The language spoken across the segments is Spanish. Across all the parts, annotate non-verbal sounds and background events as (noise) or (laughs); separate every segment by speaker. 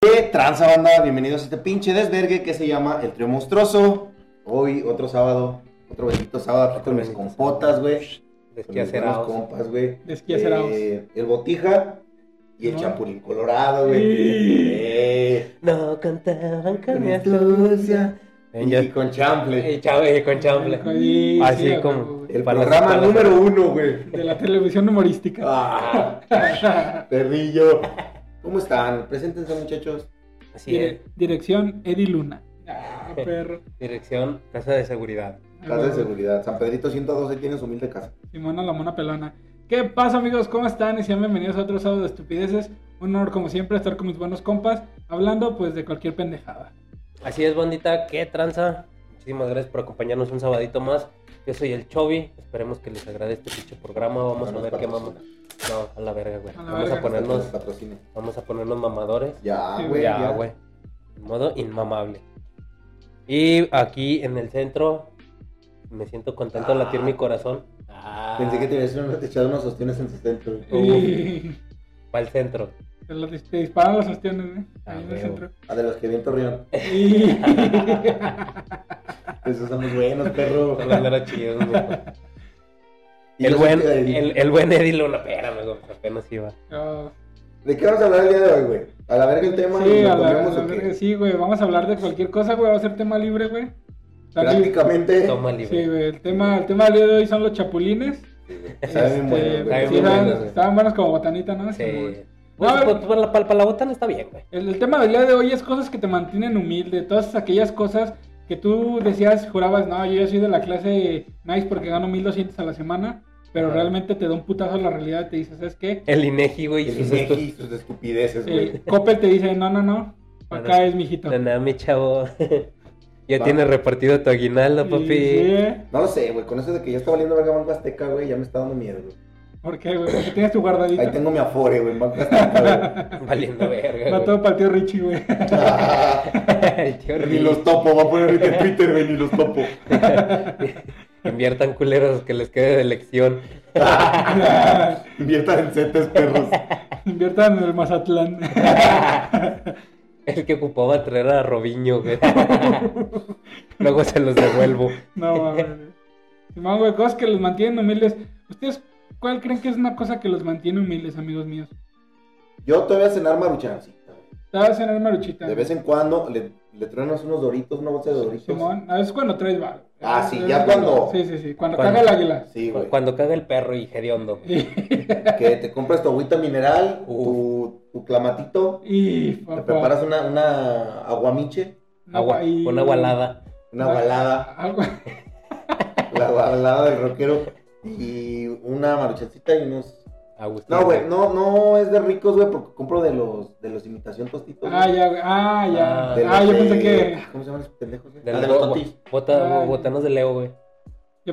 Speaker 1: ¿Qué tranza banda? Bienvenidos a este pinche desvergue que se llama El Trio Monstruoso. Hoy, otro sábado, otro bendito sábado aquí con mis compotas, güey. Con mis buenos
Speaker 2: Desquiacerados.
Speaker 1: compas, güey.
Speaker 3: Desquiacerados.
Speaker 1: Eh, el Botija y el
Speaker 3: No.
Speaker 1: Chapulín Colorado, güey.
Speaker 3: Sí.
Speaker 1: Eh,
Speaker 2: No cantaban
Speaker 1: con este
Speaker 2: con mi
Speaker 1: astucia.
Speaker 2: astucia. Eh, ya-
Speaker 1: Y con Chample.
Speaker 2: eh, chavo, eh, con chanfle.
Speaker 3: Sí,
Speaker 2: Así
Speaker 3: sí, a
Speaker 2: como-
Speaker 3: huevo, güey.
Speaker 1: El
Speaker 2: para las-
Speaker 1: programa
Speaker 2: para las-
Speaker 1: número uno, güey.
Speaker 3: De la televisión humorística.
Speaker 1: Ah,
Speaker 2: (laughs)
Speaker 1: perrillo. ¿Cómo están? Preséntense, muchachos.
Speaker 2: Así
Speaker 3: Dire-
Speaker 2: es.
Speaker 1: eh.
Speaker 3: dirección Eddie Luna. Ah,
Speaker 2: (laughs)
Speaker 3: perro.
Speaker 2: Dirección, casa de seguridad.
Speaker 1: Casa de seguridad. San Pedrito 112 tiene su humilde casa.
Speaker 3: Simona la mona pelona. ¿Qué pasa amigos? ¿Cómo están? Y sean bienvenidos a otro sábado de estupideces. Un honor como siempre estar con mis buenos compas hablando pues de cualquier pendejada.
Speaker 2: Así es, bandita, qué tranza. Muchísimas gracias por acompañarnos un sabadito más. Yo soy el Chovi. Esperemos que les agrade este pinche programa. Vamos
Speaker 1: No
Speaker 2: a
Speaker 1: nos
Speaker 2: ver qué mamón.
Speaker 1: patrocina.
Speaker 2: No, a la verga, güey.
Speaker 3: A la
Speaker 2: Ah, Vamos a
Speaker 3: verga.
Speaker 1: Ponernos
Speaker 2: ponernos,
Speaker 1: patrocinio.
Speaker 2: vamos a ponernos mamadores.
Speaker 1: Ya,
Speaker 3: Sí,
Speaker 1: güey.
Speaker 2: ya, güey. En modo inmamable. Y aquí en el centro me siento contento de latir mi corazón.
Speaker 1: Ah. Pensé que te ibas a echar unos ostiones en su centro.
Speaker 2: Oh.
Speaker 1: güey.
Speaker 3: Y (laughs)
Speaker 2: Va al centro.
Speaker 3: te, la- te disparan los ostiones, ¿eh?
Speaker 2: Ah,
Speaker 3: Ahí en el
Speaker 2: huevo. (laughs)
Speaker 3: centro.
Speaker 1: A de los que vi en Torreón.
Speaker 3: Y- (laughs)
Speaker 1: Esos son muy buenos,
Speaker 2: (laughs)
Speaker 1: perro.
Speaker 2: Son los meros chidos, güey.
Speaker 1: Y
Speaker 2: El
Speaker 1: yo
Speaker 2: buen,
Speaker 1: soy Eddie.
Speaker 2: el, el buen Eddie Luna, espérame, güey, apenas iba.
Speaker 3: Oh,
Speaker 1: ¿De qué vamos a hablar el día de hoy, güey? A la verga el tema. y
Speaker 3: sí,
Speaker 1: lo
Speaker 3: a la,
Speaker 1: ponemos,
Speaker 3: a la
Speaker 1: ¿o qué?
Speaker 3: verga, sí, güey. Vamos a hablar de cualquier cosa, güey. Va a ser tema libre, güey. Está libre.
Speaker 1: Prácticamente.
Speaker 2: Toma
Speaker 3: Sí,
Speaker 2: libre.
Speaker 3: güey, el tema, el tema del día de hoy son los chapulines.
Speaker 1: Saben
Speaker 3: Este,
Speaker 1: bueno, güey.
Speaker 2: saben
Speaker 3: sí,
Speaker 2: muy
Speaker 3: estaban-
Speaker 2: buenos, güey.
Speaker 3: estaban buenos como botanita, ¿no?
Speaker 2: Sí.
Speaker 3: Simón.
Speaker 2: Pues,
Speaker 3: No, a ver.
Speaker 2: pues, para, la, para la botana está bien, güey.
Speaker 3: El, el tema del día de hoy es cosas que te mantienen humilde, todas aquellas cosas que tú decías, jurabas, no, yo ya soy de la clase nice porque gano 1200 a la semana, pero
Speaker 2: Ajá.
Speaker 3: realmente te da un putazo la realidad y te dice,
Speaker 2: (laughs)
Speaker 3: ¿sabes qué?
Speaker 2: El Inegi, güey, y
Speaker 1: El
Speaker 2: sus
Speaker 1: Inegi
Speaker 2: estos.
Speaker 1: y sus estupideces, güey.
Speaker 3: El Coppel te dice, no, no, no, pa'
Speaker 2: No,
Speaker 3: acá
Speaker 2: no.
Speaker 3: es mijito.
Speaker 2: No, no, mi chavo. (laughs) ya
Speaker 1: Va.
Speaker 2: tienes repartido tu aguinaldo,
Speaker 3: Y sí,
Speaker 2: papi.
Speaker 3: ¿eh?
Speaker 1: No lo sé, güey. Con eso de que ya está valiendo verga Banco Azteca, güey, ya me está dando miedo, güey.
Speaker 3: ¿Por qué, güey? Porque tienes tu guardadito.
Speaker 1: Ahí tengo mi afore, güey, en Banco
Speaker 2: (laughs)
Speaker 1: Azteca,
Speaker 2: Valiendo verga,
Speaker 3: Va
Speaker 2: güey. (laughs)
Speaker 3: todo para el tío Richie, güey. (laughs)
Speaker 2: El tío
Speaker 1: güey. (laughs) ni
Speaker 2: Ricky.
Speaker 1: los topo, va a poner ahorita en Twitter, güey, ni los topo.
Speaker 2: (laughs) Inviertan culeros que les quede de lección.
Speaker 1: Inviertan en setes, perros.
Speaker 3: Inviertan en el Mazatlán.
Speaker 2: El que ocupaba traer a Robiño,
Speaker 3: (laughs)
Speaker 2: güey. Luego se los devuelvo.
Speaker 3: No,
Speaker 2: (laughs)
Speaker 3: mames. Simón, güey, cosas que los mantienen humildes. ¿Ustedes cuál creen que es una cosa que los mantiene humildes, amigos míos?
Speaker 1: (laughs) Yo te voy a cenar maruchancita, güey.
Speaker 3: Te vas a cenar maruchita.
Speaker 1: De vez en cuando le, le truenas unos doritos, una bolsa de doritos.
Speaker 3: Simón, a veces cuando traes bar.
Speaker 1: Ah, sí, ya cuando-
Speaker 3: Sí, sí, sí, cuando,
Speaker 2: Cuando-
Speaker 3: caga el águila.
Speaker 1: Sí, güey.
Speaker 2: Cuando caga el perro y hediondo, güey.
Speaker 1: Que te compras tu agüita mineral, tu, tu clamatito,
Speaker 3: (laughs) y,
Speaker 1: te
Speaker 3: papá,
Speaker 1: preparas una, una aguamiche,
Speaker 3: no,
Speaker 2: Agua,
Speaker 3: y-
Speaker 2: una balada.
Speaker 1: una balada,
Speaker 3: Agua.
Speaker 1: la balada del rockero y una maruchancita y unos...
Speaker 2: Agustín.
Speaker 1: No, güey, no, no es de ricos, güey, porque compro de los, de los imitación tostitos.
Speaker 3: Ah,
Speaker 1: güey.
Speaker 3: ya, güey. Ah, ya.
Speaker 2: Ah,
Speaker 1: De
Speaker 3: ah,
Speaker 1: los
Speaker 3: yo
Speaker 1: de-
Speaker 3: pensé que.
Speaker 1: ¿Cómo se llaman esos pendejos? güey?
Speaker 2: De
Speaker 1: Ah,
Speaker 2: los
Speaker 1: de los
Speaker 2: bo-
Speaker 1: totis.
Speaker 2: bota-
Speaker 3: Ay.
Speaker 2: botanos de Leo,
Speaker 3: (laughs)
Speaker 2: güey.
Speaker 3: Yo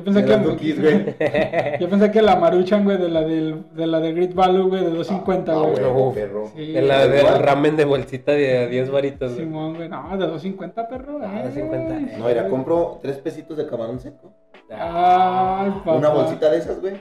Speaker 1: De
Speaker 3: pensé
Speaker 1: los
Speaker 3: que.
Speaker 1: totis, güey.
Speaker 2: de
Speaker 3: (laughs) Yo pensé que la maruchan, güey, de la del, de la de Great Value, güey, de 250,
Speaker 1: Ah,
Speaker 3: güey.
Speaker 2: güey.
Speaker 1: huevo,
Speaker 2: Uf.
Speaker 1: perro.
Speaker 3: Sí.
Speaker 2: la del ramen de bolsita de 10 varitos, güey.
Speaker 3: Simón, güey, no, de 250, perro.
Speaker 2: Ah,
Speaker 3: eh.
Speaker 2: 250.
Speaker 1: No, mira, compro tres pesitos de camarón seco.
Speaker 3: Ay, papá.
Speaker 1: Una bolsita de esas, güey.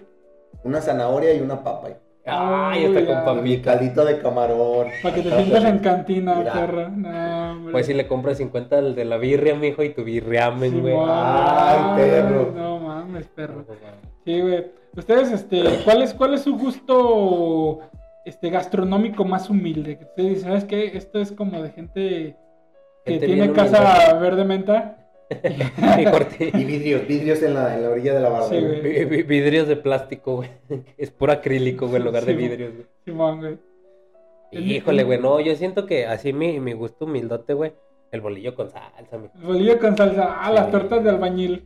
Speaker 1: Una zanahoria y una papa. güey.
Speaker 2: Ah, Ay, está con
Speaker 3: Ay,
Speaker 1: Mi
Speaker 2: papita.
Speaker 1: caldito de camarón.
Speaker 3: Para que te sientas en cantina,
Speaker 1: Mira.
Speaker 3: perro. No, hombre.
Speaker 2: Pues si le compras 50 al de la birria, mijo, y tu birriamen, güey.
Speaker 3: Simón,
Speaker 1: Ay, perro.
Speaker 3: No mames, perro.
Speaker 2: No, no, no.
Speaker 3: Sí, güey. Ustedes, este, ¿cuál es, cuál es su gusto este, gastronómico más humilde? Que ustedes dicen, ¿sabes qué? Esto es como de gente que
Speaker 2: Gente
Speaker 3: tiene
Speaker 2: bien
Speaker 3: casa verde menta.
Speaker 2: (laughs) Y
Speaker 3: (laughs)
Speaker 2: corté-
Speaker 1: Y vidrios, vidrios en la, en la orilla de la barra.
Speaker 3: Sí,
Speaker 1: güey.
Speaker 3: güey.
Speaker 2: vi- vi- Vidrios de plástico, güey. (laughs) Es puro acrílico, güey, en lugar de
Speaker 3: Sí, güey.
Speaker 2: vidrios, güey.
Speaker 3: Simón, güey. El-
Speaker 2: Híjole, güey, no, yo siento que así mi, mi gusto humildote, güey, el bolillo con salsa, mi,
Speaker 3: El bolillo con salsa. Ah, las
Speaker 2: Sí.
Speaker 3: tortas de albañil.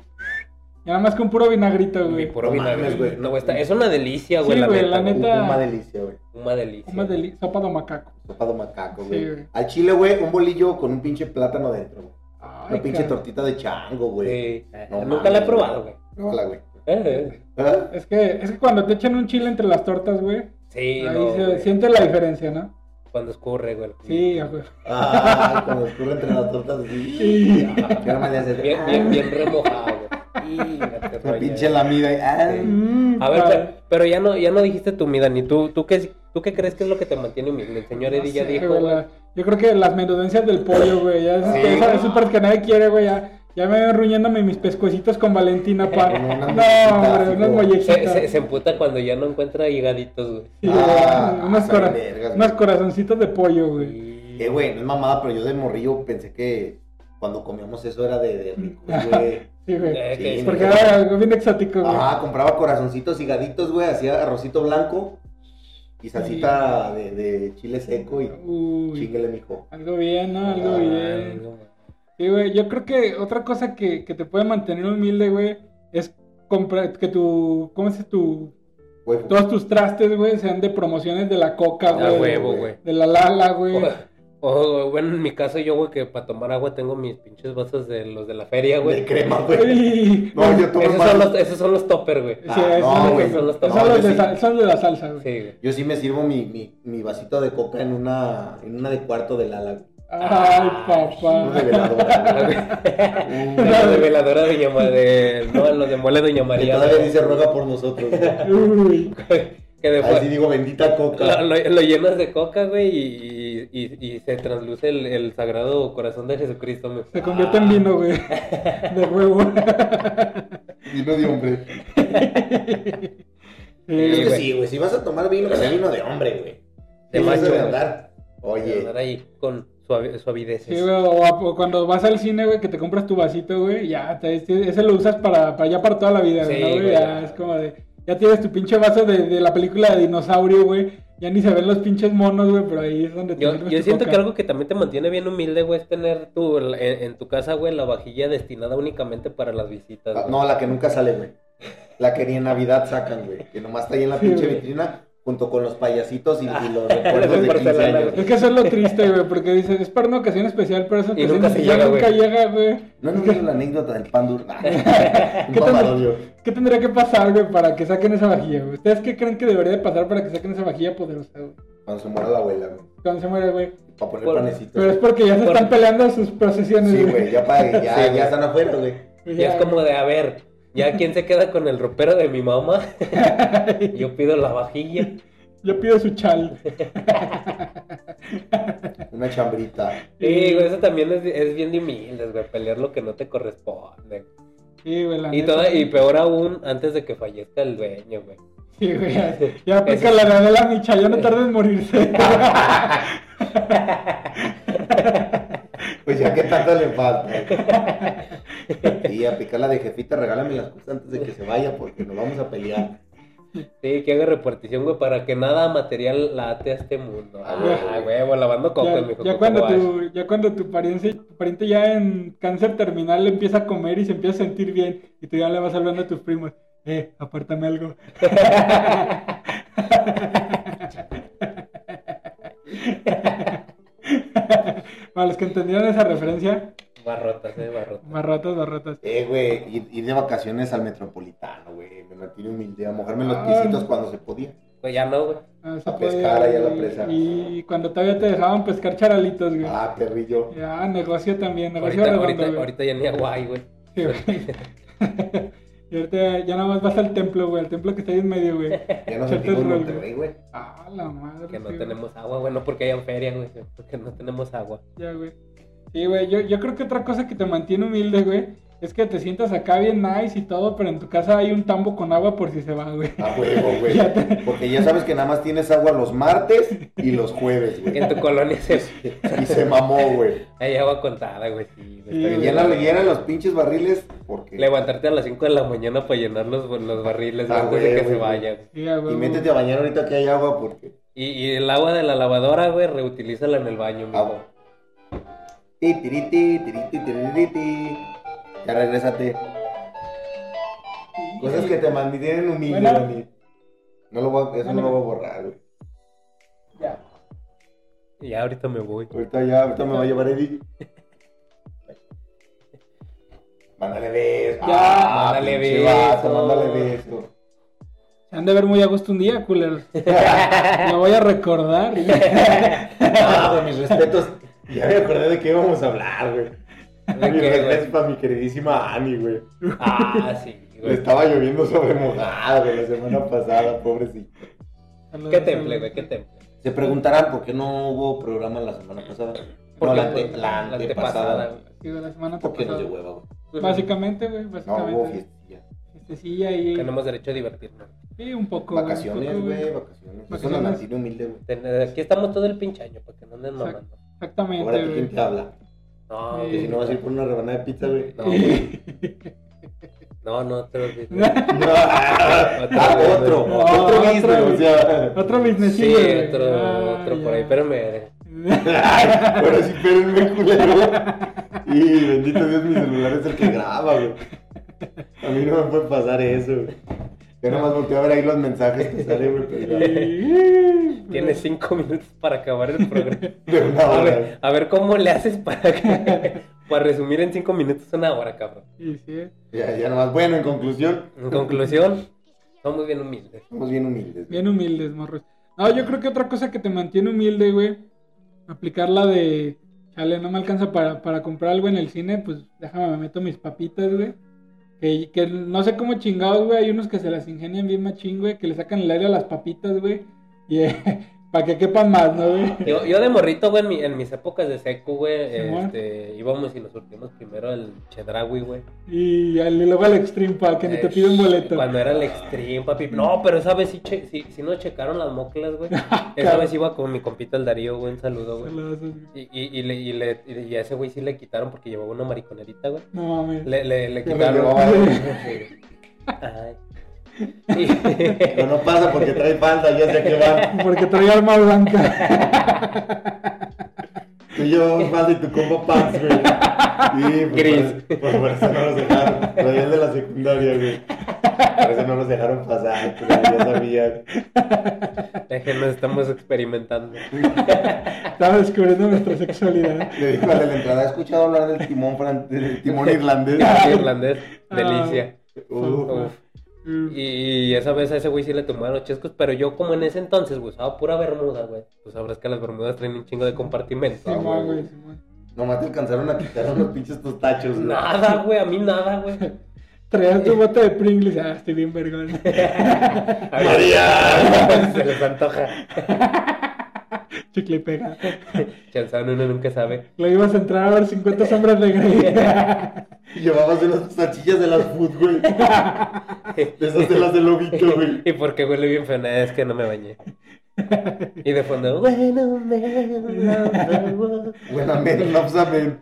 Speaker 3: Y nada más con puro vinagrito,
Speaker 2: mi
Speaker 3: güey.
Speaker 2: puro
Speaker 1: No
Speaker 2: vinagre.
Speaker 1: mames, güey.
Speaker 2: No, güey, está- es una delicia, güey,
Speaker 3: Sí,
Speaker 2: la
Speaker 3: güey,
Speaker 2: neta,
Speaker 3: la
Speaker 2: güey.
Speaker 3: neta.
Speaker 1: Una delicia, güey.
Speaker 2: Una delicia.
Speaker 3: Una deli- sopa de macaco.
Speaker 1: Sopado macaco,
Speaker 3: Sí,
Speaker 1: güey.
Speaker 3: güey.
Speaker 1: Al chile, güey, un bolillo con un pinche plátano dentro, güey.
Speaker 3: Ay,
Speaker 1: Una pinche
Speaker 3: cabrón.
Speaker 1: tortita de chango, güey.
Speaker 2: Sí. eh,
Speaker 1: No
Speaker 2: Nunca
Speaker 1: mames,
Speaker 2: la he probado, güey.
Speaker 1: Pruébala, güey.
Speaker 2: Eh, eh.
Speaker 1: ¿Ah?
Speaker 3: Es que, es que cuando te echan un chile entre las tortas, güey,
Speaker 2: Sí,
Speaker 3: ahí
Speaker 2: no,
Speaker 3: se
Speaker 2: güey.
Speaker 3: siente la diferencia, ¿no?
Speaker 2: Cuando escurre, güey. (laughs)
Speaker 3: Sí, a huevo.
Speaker 1: Ah, (laughs) cuando escurre entre las tortas así.
Speaker 3: Sí.
Speaker 1: Que ahora me le haces.
Speaker 2: Bien, bien, bien remojado, güey. Sí,
Speaker 1: (laughs)
Speaker 2: la te
Speaker 1: La
Speaker 2: rollo.
Speaker 1: pinche lamida. y- ah.
Speaker 2: Sí. A ver, pero, pero ya, no, ya no dijiste tu mida, ni tú, tú qué, ¿Tú qué crees que es lo que te mantiene humilde? El señor Eddie ya
Speaker 3: No sé,
Speaker 2: dijo,
Speaker 3: güey,
Speaker 2: güey.
Speaker 3: la- Yo creo que las menudencias del pollo, güey. Ya es,
Speaker 1: Sí.
Speaker 3: esa- esa parte que nadie quiere, güey. Ya, ya me ven ruñándome mis pescuecitos con Valentina, pa.
Speaker 1: (laughs) Con
Speaker 3: no,
Speaker 1: una mollejitas,
Speaker 3: hombre, unas
Speaker 1: hijo.
Speaker 2: se,
Speaker 3: mollecitas.
Speaker 2: se, se emputa cuando ya no encuentra higaditos, güey.
Speaker 3: Sí,
Speaker 1: Ah,
Speaker 3: güey, unas,
Speaker 1: ah,
Speaker 3: cora-
Speaker 1: vergas, güey.
Speaker 3: unos corazoncitos de pollo, güey.
Speaker 1: Eh, güey, no es mamada, pero yo de morrillo pensé que cuando comíamos eso era de, de rico,
Speaker 3: (laughs)
Speaker 1: güey.
Speaker 3: Sí, güey.
Speaker 2: Eh,
Speaker 1: Sí,
Speaker 2: que-
Speaker 1: no.
Speaker 3: Porque era algo bien exótico, güey.
Speaker 1: Ajá, compraba corazoncitos y gaditos, güey, hacía arrocito blanco y salsita de, de chile seco y
Speaker 3: Uy,
Speaker 1: chinguele, mijo.
Speaker 3: algo bien, ¿no? Algo
Speaker 1: Ah,
Speaker 3: bien.
Speaker 2: no, güey.
Speaker 3: Sí, güey, yo creo que otra cosa que, que te puede mantener humilde, güey, es comprar que tu, ¿cómo se dice? Tu,
Speaker 1: Güey,
Speaker 3: todos tus trastes, güey, sean de promociones de la coca,
Speaker 2: Ah,
Speaker 3: güey.
Speaker 2: huevo, güey.
Speaker 3: De la lala, güey. (laughs)
Speaker 2: O, o, bueno, en mi caso yo, güey, que para tomar agua tengo mis pinches vasos de los de la feria,
Speaker 1: de
Speaker 2: güey.
Speaker 1: crema, güey.
Speaker 3: Ey,
Speaker 1: No, yo tomo
Speaker 2: Esos
Speaker 1: más.
Speaker 2: son, los, esos son los topper, güey.
Speaker 3: Sí,
Speaker 1: Ah,
Speaker 3: esos-
Speaker 1: no, güey.
Speaker 3: esos-
Speaker 2: No,
Speaker 3: esos son
Speaker 1: yo
Speaker 3: los de
Speaker 1: sí.
Speaker 3: sal- son de la salsa, güey.
Speaker 2: Sí, güey.
Speaker 1: Yo sí me sirvo mi, mi, mi vasito de coca en una, en una de cuarto de lala. güey.
Speaker 3: Ay,
Speaker 1: Una de
Speaker 3: papá.
Speaker 1: veladora,
Speaker 2: (laughs)
Speaker 1: güey.
Speaker 2: Ah,
Speaker 1: Uh,
Speaker 2: De Los de veladora de Doña Ma- de- No, los de mole Doña
Speaker 1: Y
Speaker 2: María.
Speaker 1: todavía
Speaker 2: güey.
Speaker 1: dice ruega por nosotros,
Speaker 2: (laughs)
Speaker 1: güey.
Speaker 3: Uy,
Speaker 2: Que después
Speaker 1: Así digo, bendita
Speaker 2: lo,
Speaker 1: coca.
Speaker 2: lo- lo llenas de coca, güey, y, y- y se transluce el, el sagrado corazón de Jesucristo, güey.
Speaker 3: se convierte en
Speaker 2: (laughs)
Speaker 3: vino, güey. De huevo.
Speaker 1: Vino de hombre. Eh, (laughs)
Speaker 2: Sí,
Speaker 1: Es que
Speaker 2: güey.
Speaker 1: sí, güey. Si vas a tomar vino, que sea vino de hombre, güey.
Speaker 2: Ah, De
Speaker 1: Sí,
Speaker 2: macho,
Speaker 1: eso de
Speaker 2: güey.
Speaker 1: andar. Oye.
Speaker 2: Andar ahí con suavi- suavideces.
Speaker 3: Sí, güey, o, a- o cuando vas al cine, güey, que te compras tu vasito, güey, ya, te- este- ese lo usas para, para ya para toda la vida,
Speaker 2: Sí,
Speaker 3: ¿no, güey?
Speaker 2: güey,
Speaker 3: Ya,
Speaker 2: ya.
Speaker 3: es como de, ya tienes tu pinche vaso de, de la película de dinosaurio, güey, ya ni se ven los pinches monos, güey, pero ahí es (laughs) donde
Speaker 2: (laughs)
Speaker 3: te
Speaker 2: Yo,
Speaker 3: sirves
Speaker 2: yo
Speaker 3: tu
Speaker 2: siento que
Speaker 3: coca.
Speaker 2: algo que también te mantiene bien humilde, güey, es tener tu, en, en tu casa, güey, la vajilla destinada únicamente para las visitas.
Speaker 1: Ah,
Speaker 2: güey.
Speaker 1: No, la que nunca sale, güey. La que ni en Navidad sacan, güey. Que nomás está ahí en la
Speaker 3: Sí,
Speaker 1: pinche
Speaker 3: güey.
Speaker 1: vitrina junto con los payasitos y, y los
Speaker 2: de
Speaker 3: (laughs)
Speaker 1: recuerdos de 15
Speaker 2: porcelana,
Speaker 1: años.
Speaker 3: Es que eso es lo triste, güey, porque dices, es para una ocasión especial, pero esa
Speaker 2: Y
Speaker 3: ocasión
Speaker 2: nunca se
Speaker 3: especial
Speaker 2: llega,
Speaker 3: nunca
Speaker 2: güey.
Speaker 3: llega, güey.
Speaker 1: No han oído la anécdota del pan duro. (laughs) Ah, Un
Speaker 3: ¿Qué tal?
Speaker 1: paparodio.
Speaker 3: ¿Qué tendría que pasar, güey, para que saquen esa vajilla, güey? ¿Ustedes qué creen que debería de pasar para que saquen esa vajilla poderosa, güey?
Speaker 1: Cuando se muera la abuela, güey.
Speaker 3: Cuando se muera, güey.
Speaker 1: Para poner
Speaker 2: Por-
Speaker 1: panecitos.
Speaker 3: Pero es porque ya se
Speaker 2: Por-
Speaker 3: están peleando sus procesiones,
Speaker 1: Sí, güey. Ya, pa- ya,
Speaker 2: Sí, güey.
Speaker 1: ya están afuera, güey.
Speaker 3: Pues
Speaker 2: Y es
Speaker 3: ya,
Speaker 2: como de, a ver, ¿ya quién se queda con el ropero de mi mamá? (laughs) Yo pido la vajilla.
Speaker 3: (laughs) Yo pido su chal.
Speaker 1: Una chambrita.
Speaker 2: Sí, güey, eso también es, es bien de humildes, güey, pelear lo que no te corresponde.
Speaker 3: Ah, Sí, güey, la
Speaker 2: Y,
Speaker 3: neta.
Speaker 2: toda, y peor aún, antes de que fallezca el dueño, güey.
Speaker 3: Sí, güey. Ya, ya aplica la novela Micha, ya no tarda en morirse.
Speaker 2: (laughs) Ah,
Speaker 1: Pues ya que tanto le falta. Y a picarla de jefita, regálame las cosas antes de que se vaya porque nos vamos a pelear.
Speaker 2: Sí, que haga repartición, güey, para que nada material la ate a este mundo.
Speaker 1: Ah,
Speaker 2: Ah,
Speaker 1: güey.
Speaker 2: güey, lavando cocos,
Speaker 3: ya,
Speaker 2: mijo.
Speaker 3: ya
Speaker 2: con
Speaker 3: cuando
Speaker 2: Coco Wash.
Speaker 3: tu, ya cuando tu pariente, tu pariente ya en cáncer terminal empieza a comer y se empieza a sentir bien, y tú ya le vas hablando a tus primos, eh, apártame algo. (laughs) Para los que entendieron esa referencia,
Speaker 2: Barrotas, eh, barrotas.
Speaker 3: barratas, barratas.
Speaker 1: Eh, güey, ir, ir de vacaciones al metropolitano, güey. Me mantiene humilde, a mojarme los
Speaker 3: Ah.
Speaker 1: pisitos cuando se podía.
Speaker 2: Pues ya no, güey.
Speaker 3: Ah, se
Speaker 1: A
Speaker 3: puede,
Speaker 1: pescar ahí a la
Speaker 3: güey.
Speaker 1: presa.
Speaker 3: Y cuando todavía te dejaban pescar charalitos, güey.
Speaker 1: Ah, perrillo.
Speaker 3: Ya, negocio también, negocio
Speaker 2: Ahorita,
Speaker 3: redondo,
Speaker 2: ahorita,
Speaker 3: güey.
Speaker 2: ahorita ya ni aguay, güey.
Speaker 3: Sí, güey. (laughs) y ahorita ya nada más vas al templo, güey, al templo que está ahí en
Speaker 2: (laughs)
Speaker 3: medio, güey.
Speaker 1: Ya nos
Speaker 3: Chate
Speaker 1: sentimos en
Speaker 3: rol,
Speaker 1: Monterrey, güey.
Speaker 3: Ah, la madre.
Speaker 2: Que no
Speaker 3: sí, güey.
Speaker 2: tenemos agua, güey, no porque hayan feria, güey, sino porque no tenemos agua.
Speaker 3: Ya, güey. Sí, güey, yo, yo creo que otra cosa que te mantiene humilde, güey, es que te sientas acá bien nice y todo, pero en tu casa hay un tambo con agua por si se va, güey. (laughs)
Speaker 1: A huevo, güey. Porque ya sabes que nada más tienes agua los martes y los jueves,
Speaker 2: Que
Speaker 1: güey.
Speaker 3: (laughs)
Speaker 2: en tu colonia se,
Speaker 1: Y se mamó, güey.
Speaker 2: hay agua contada, güey. Sí, güey,
Speaker 3: Sí,
Speaker 2: está
Speaker 1: Que
Speaker 2: bien.
Speaker 1: llenan, llenan los pinches barriles porque...
Speaker 2: Levantarte a las 5 de la mañana para llenar los, los barriles güey,
Speaker 1: Ah,
Speaker 2: antes
Speaker 1: güey,
Speaker 2: de que
Speaker 1: güey,
Speaker 2: se
Speaker 1: güey.
Speaker 2: vaya. güey.
Speaker 3: Sí, ya, güey.
Speaker 1: Y métete a bañar ahorita que hay agua porque...
Speaker 2: Y, y el agua de la lavadora, güey, reutilízala en el baño, mijo.
Speaker 1: Agua. Ti, tiri, ti, tiri, ti, tiri, ti, ti. Ya regrésate. Cosas que te mantienen humilde,
Speaker 3: Bueno.
Speaker 1: Dani. No lo voy a- eso no lo voy a borrar, güey.
Speaker 3: Ya.
Speaker 2: Y Ya ahorita
Speaker 1: (laughs)
Speaker 2: me voy.
Speaker 1: Ahorita ya, ahorita me va a llevar
Speaker 2: (laughs)
Speaker 1: Eddie. Mándale beso. Ah,
Speaker 3: Ya.
Speaker 2: Mándale
Speaker 1: pinche
Speaker 2: beso.
Speaker 1: vato, Mándale
Speaker 2: (laughs)
Speaker 1: beso.
Speaker 3: Se han de ver muy a gusto un día, culeros. Lo voy a recordar.
Speaker 1: Ah, güey, mis respetos. Ya me acordé de qué íbamos a hablar, güey.
Speaker 2: ¿De
Speaker 1: Mis
Speaker 2: qué,
Speaker 1: respetos
Speaker 2: güey?
Speaker 1: para mi queridísima Ani, güey.
Speaker 2: Ah, sí,
Speaker 1: Le
Speaker 2: güey.
Speaker 1: estaba lloviendo sobre mojada, güey, la semana pasada, pobrecito.
Speaker 3: Saludos,
Speaker 2: Qué
Speaker 3: saludos.
Speaker 2: temple, güey, qué temple.
Speaker 1: Se preguntarán por qué no hubo programa la semana pasada. No,
Speaker 2: Porque
Speaker 1: la, ante- la
Speaker 2: Ah,
Speaker 1: antepasada. güey.
Speaker 3: Sí, de la semana
Speaker 1: ¿Por qué nos dio
Speaker 3: pasada.
Speaker 1: hueva, güey?
Speaker 2: güey.
Speaker 3: Básicamente, güey,
Speaker 1: No hubo
Speaker 3: básicamente.
Speaker 1: fiestilla.
Speaker 3: Este, sí, ahí.
Speaker 2: Tenemos derecho a divertirnos.
Speaker 3: Sí, un poco. güey, un
Speaker 1: Vacaciones,
Speaker 3: poco,
Speaker 1: güey, vacaciones. Eso
Speaker 3: Vacaciones.
Speaker 1: nos mantiene humilde, güey.
Speaker 2: Ten- Aquí estamos todo el pinche año, para que no anden
Speaker 3: Exacto.
Speaker 2: mamando.
Speaker 3: Exactamente,
Speaker 1: Ahora quién
Speaker 3: güey.
Speaker 1: te habla.
Speaker 2: No,
Speaker 3: Sí.
Speaker 1: Que si no vas a ir por una rebanada de pizza, güey. (laughs)
Speaker 2: No, güey. no,
Speaker 3: (laughs)
Speaker 2: no te lo digo.
Speaker 1: Ah, otro,
Speaker 3: No,
Speaker 1: otro
Speaker 3: otro,
Speaker 1: business,
Speaker 3: güey.
Speaker 1: o sea. (laughs)
Speaker 3: Otro business,
Speaker 2: Sí, otro,
Speaker 3: Ah,
Speaker 2: otro por ahí.
Speaker 3: (laughs) pero
Speaker 2: Espérame.
Speaker 1: Ahora sí, pero el me culero. Y bendito Dios, mi celular es el que graba, güey. A mí no me puede pasar eso, güey. Yo nada más volteo a ver ahí los mensajes que salen, güey. pero ya,
Speaker 2: (laughs) Tienes cinco minutos para acabar el
Speaker 3: (laughs)
Speaker 2: programa.
Speaker 1: De una
Speaker 2: A
Speaker 1: hora.
Speaker 2: ver, a ver cómo le haces para que-
Speaker 3: (laughs)
Speaker 2: para resumir en cinco minutos una hora, cabrón.
Speaker 3: Sí, sí.
Speaker 1: Ya, ya nada más. Bueno, en conclusión,
Speaker 2: En conclusión, somos bien humildes.
Speaker 1: somos bien humildes. güey.
Speaker 3: Bien humildes, morros. No, yo creo que otra cosa que te mantiene humilde, güey, aplicar la de, chale, no me alcanza para, para comprar algo en el cine, pues déjame, me meto mis papitas, güey. Que, que no sé cómo chingados, güey, hay unos que se las ingenian bien machín, güey, que le sacan el aire a las papitas, güey, y (laughs) para que quepan más, ¿no, güey?
Speaker 2: Yo, yo de morrito, güey, en, mi- en mis épocas de secu, güey,
Speaker 3: Simón.
Speaker 2: este, íbamos y nos surtimos primero al Chedrawi, güey.
Speaker 3: Y, al- y luego al extreme para que ni te
Speaker 2: Eh,
Speaker 3: piden boleto.
Speaker 2: Cuando era el extreme, papi. No, pero esa vez sí, che- sí, sí nos checaron las moclas,
Speaker 3: (laughs)
Speaker 2: güey. Esa vez iba con mi compita el Darío, güey, un saludo, güey.
Speaker 3: Saludos, güey.
Speaker 2: Y, y, y, le, y, le- y le- y a ese güey sí le quitaron porque llevaba una mariconerita, güey.
Speaker 3: No mames.
Speaker 2: Le, le, le
Speaker 1: Que me
Speaker 2: quitaron.
Speaker 1: llevaba,
Speaker 2: Ay. Y-
Speaker 1: Pero no pasa porque trae falda, ya sé que van.
Speaker 3: Porque traía arma blanca. (laughs)
Speaker 1: Tú llevabas falda y tu combo pants, güey. Y pues,
Speaker 2: Gris.
Speaker 1: Por, por- por eso no los dejaron. Traían de la secundaria, güey. Por eso no los dejaron pasar, pero ya sabían.
Speaker 2: (laughs) Es que nos estamos experimentando.
Speaker 3: Estaba descubriendo nuestra sexualidad.
Speaker 1: Le dijo al de la entrada, ¿has escuchado hablar del timón, fran- del (laughs) timón irlandés?
Speaker 2: Irlandés,
Speaker 1: Ah.
Speaker 2: delicia.
Speaker 1: Uh,
Speaker 2: Uf. Y, y esa vez a ese güey sí le tomaron los chescos, pero yo como en ese entonces güey, usaba pura bermuda, güey. Tú sabrás que las bermudas traen un chingo de compartimento.
Speaker 1: Sí.
Speaker 3: Simón, güey, Simón.
Speaker 1: nomás te alcanzaron a quitar unos pinches tostachos, güey.
Speaker 2: Nada, güey, a mí
Speaker 1: (laughs)
Speaker 2: nada, güey.
Speaker 3: Traías tu bota de Pringles. Ah, estoy bien vergón. (laughs)
Speaker 2: A ver,
Speaker 1: María.
Speaker 2: (laughs) Se les antoja.
Speaker 3: Chicle y pega.
Speaker 2: Chanzón, uno
Speaker 1: (laughs)
Speaker 2: nunca sabe.
Speaker 3: Lo ibas a entrar a ver 50 sombras de Grey.
Speaker 1: Y llevabas unas tostachillas de las food, güey. De esas de las del lobito, güey.
Speaker 2: ¿Y por qué huele bien feo? Nah, Es que no me bañé. Y de fondo, bueno, man, love the world.
Speaker 1: Bueno, amén, loves, amén.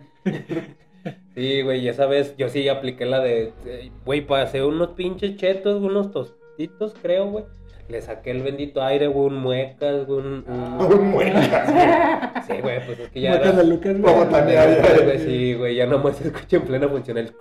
Speaker 2: Sí, güey, y esa vez yo sí apliqué la de, eh, güey, pasé unos pinches chetos, unos tostitos, creo, güey. Le saqué el bendito aire, güey, un muecas, güey, un... un-
Speaker 1: Muy muertas,
Speaker 2: (laughs)
Speaker 1: güey.
Speaker 2: Sí, güey, pues es que (laughs)
Speaker 3: (laughs)
Speaker 2: ya...
Speaker 3: Muecas
Speaker 2: era-
Speaker 3: de Lucas,
Speaker 1: Como
Speaker 3: güey.
Speaker 1: tan-
Speaker 2: Güey, güey, güey, Sí, güey, ya nomás se escucha en plena función el...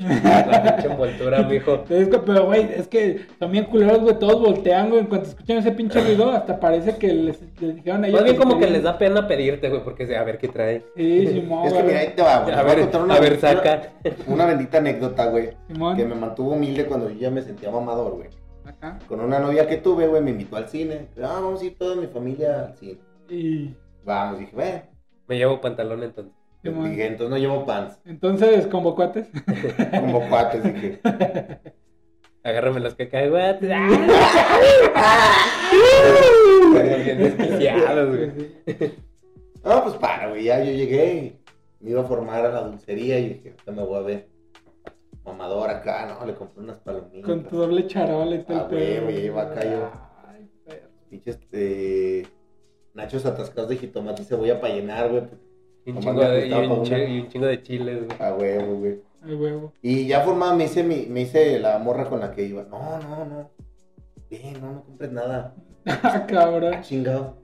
Speaker 2: La pinche envoltura,
Speaker 3: (laughs)
Speaker 2: mijo.
Speaker 3: Te digo, Pero, güey, es que también culeros, güey, todos voltean, güey. En cuanto escuchan ese pinche ruido, hasta parece que les, les dijeron a ellos.
Speaker 2: Más bien como que
Speaker 3: querían-
Speaker 2: les da pena pedirte, güey, porque a ver qué traes.
Speaker 3: Sí, Simón,
Speaker 1: Es que mira,
Speaker 3: güey.
Speaker 1: ahí te va, güey.
Speaker 2: A
Speaker 1: Te voy
Speaker 2: ver,
Speaker 1: contar
Speaker 2: a ver, saca.
Speaker 1: Una bendita anécdota, güey.
Speaker 3: Simón.
Speaker 1: Que me mantuvo humilde cuando yo ya me sentía mamador, güey.
Speaker 3: Acá.
Speaker 1: Con una novia que tuve, güey, me invitó al cine. Ah, vamos a ir toda mi familia al cine.
Speaker 3: Y.
Speaker 1: Vamos, dije, bueno. pues,
Speaker 2: Me llevo pantalón entonces.
Speaker 3: Simón.
Speaker 1: Dije, entonces no llevo pants.
Speaker 3: Entonces,
Speaker 1: (laughs)
Speaker 3: como cuates.
Speaker 1: Como cuates,
Speaker 2: (laughs)
Speaker 1: dije.
Speaker 2: Agárrame las cacahuates. ¡Ah! Bien
Speaker 1: (laughs)
Speaker 2: desquiciados, güey.
Speaker 3: Sí, sí.
Speaker 1: No, pues para, güey. Ya yo llegué y me iba a formar a la dulcería y dije, ahorita me voy a ver. Mamador acá, ¿no? Le compré unas palomitas.
Speaker 3: Con tu doble charola y todo
Speaker 1: Ah, güey, güey, ahí
Speaker 3: iba
Speaker 1: va acá yo. Pinches, este. Nachos atascados de jitomate y cebolla para llenar, güey.
Speaker 2: Y un
Speaker 1: Nomás
Speaker 2: chingo
Speaker 1: me
Speaker 2: de, y
Speaker 1: gustaba
Speaker 2: un
Speaker 1: una.
Speaker 2: chi- y un chingo de chiles, güey.
Speaker 1: A huevo, güey.
Speaker 3: Ay, huevo. (laughs)
Speaker 1: Y ya formada me hice, mi, me hice la morra con la que iba. No, no, no. Ven, no, no compres nada.
Speaker 3: Ah, cabrón.
Speaker 1: Ah, chingado.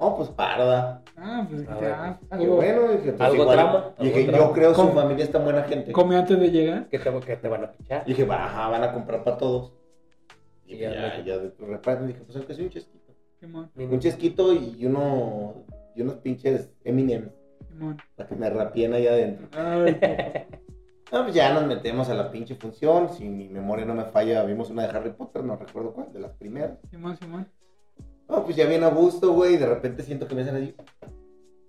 Speaker 1: No, pues parda.
Speaker 3: Ah, pues
Speaker 2: A
Speaker 3: ya,
Speaker 2: ver,
Speaker 1: Qué
Speaker 3: algo.
Speaker 1: bueno, dije, pues
Speaker 2: Algo
Speaker 1: igual.
Speaker 2: trama, algo
Speaker 1: Dije,
Speaker 2: trama.
Speaker 1: yo creo su
Speaker 3: Com-
Speaker 1: familia es tan buena gente.
Speaker 3: Come antes de llegar.
Speaker 2: Que te, que te van a pichar.
Speaker 1: Dije, va, ajá, van a comprar para todos. Y
Speaker 2: Y ya,
Speaker 1: ya,
Speaker 2: güey.
Speaker 1: ya de tu reparto. Dije, pues aunque sea un chesquito.
Speaker 3: Simón,
Speaker 1: Un chesquito y uno, y unos pinches Eminem.
Speaker 3: Simón.
Speaker 1: Para que me rapien allá adentro. (laughs)
Speaker 3: Ay, qué-
Speaker 1: No, pues ya nos metemos a la pinche función. Si mi memoria no me falla, vimos una de Harry Potter, no recuerdo cuál, de las primeras.
Speaker 3: Simón, Simón.
Speaker 1: No, pues ya bien a gusto, güey, y de repente siento que me hacen así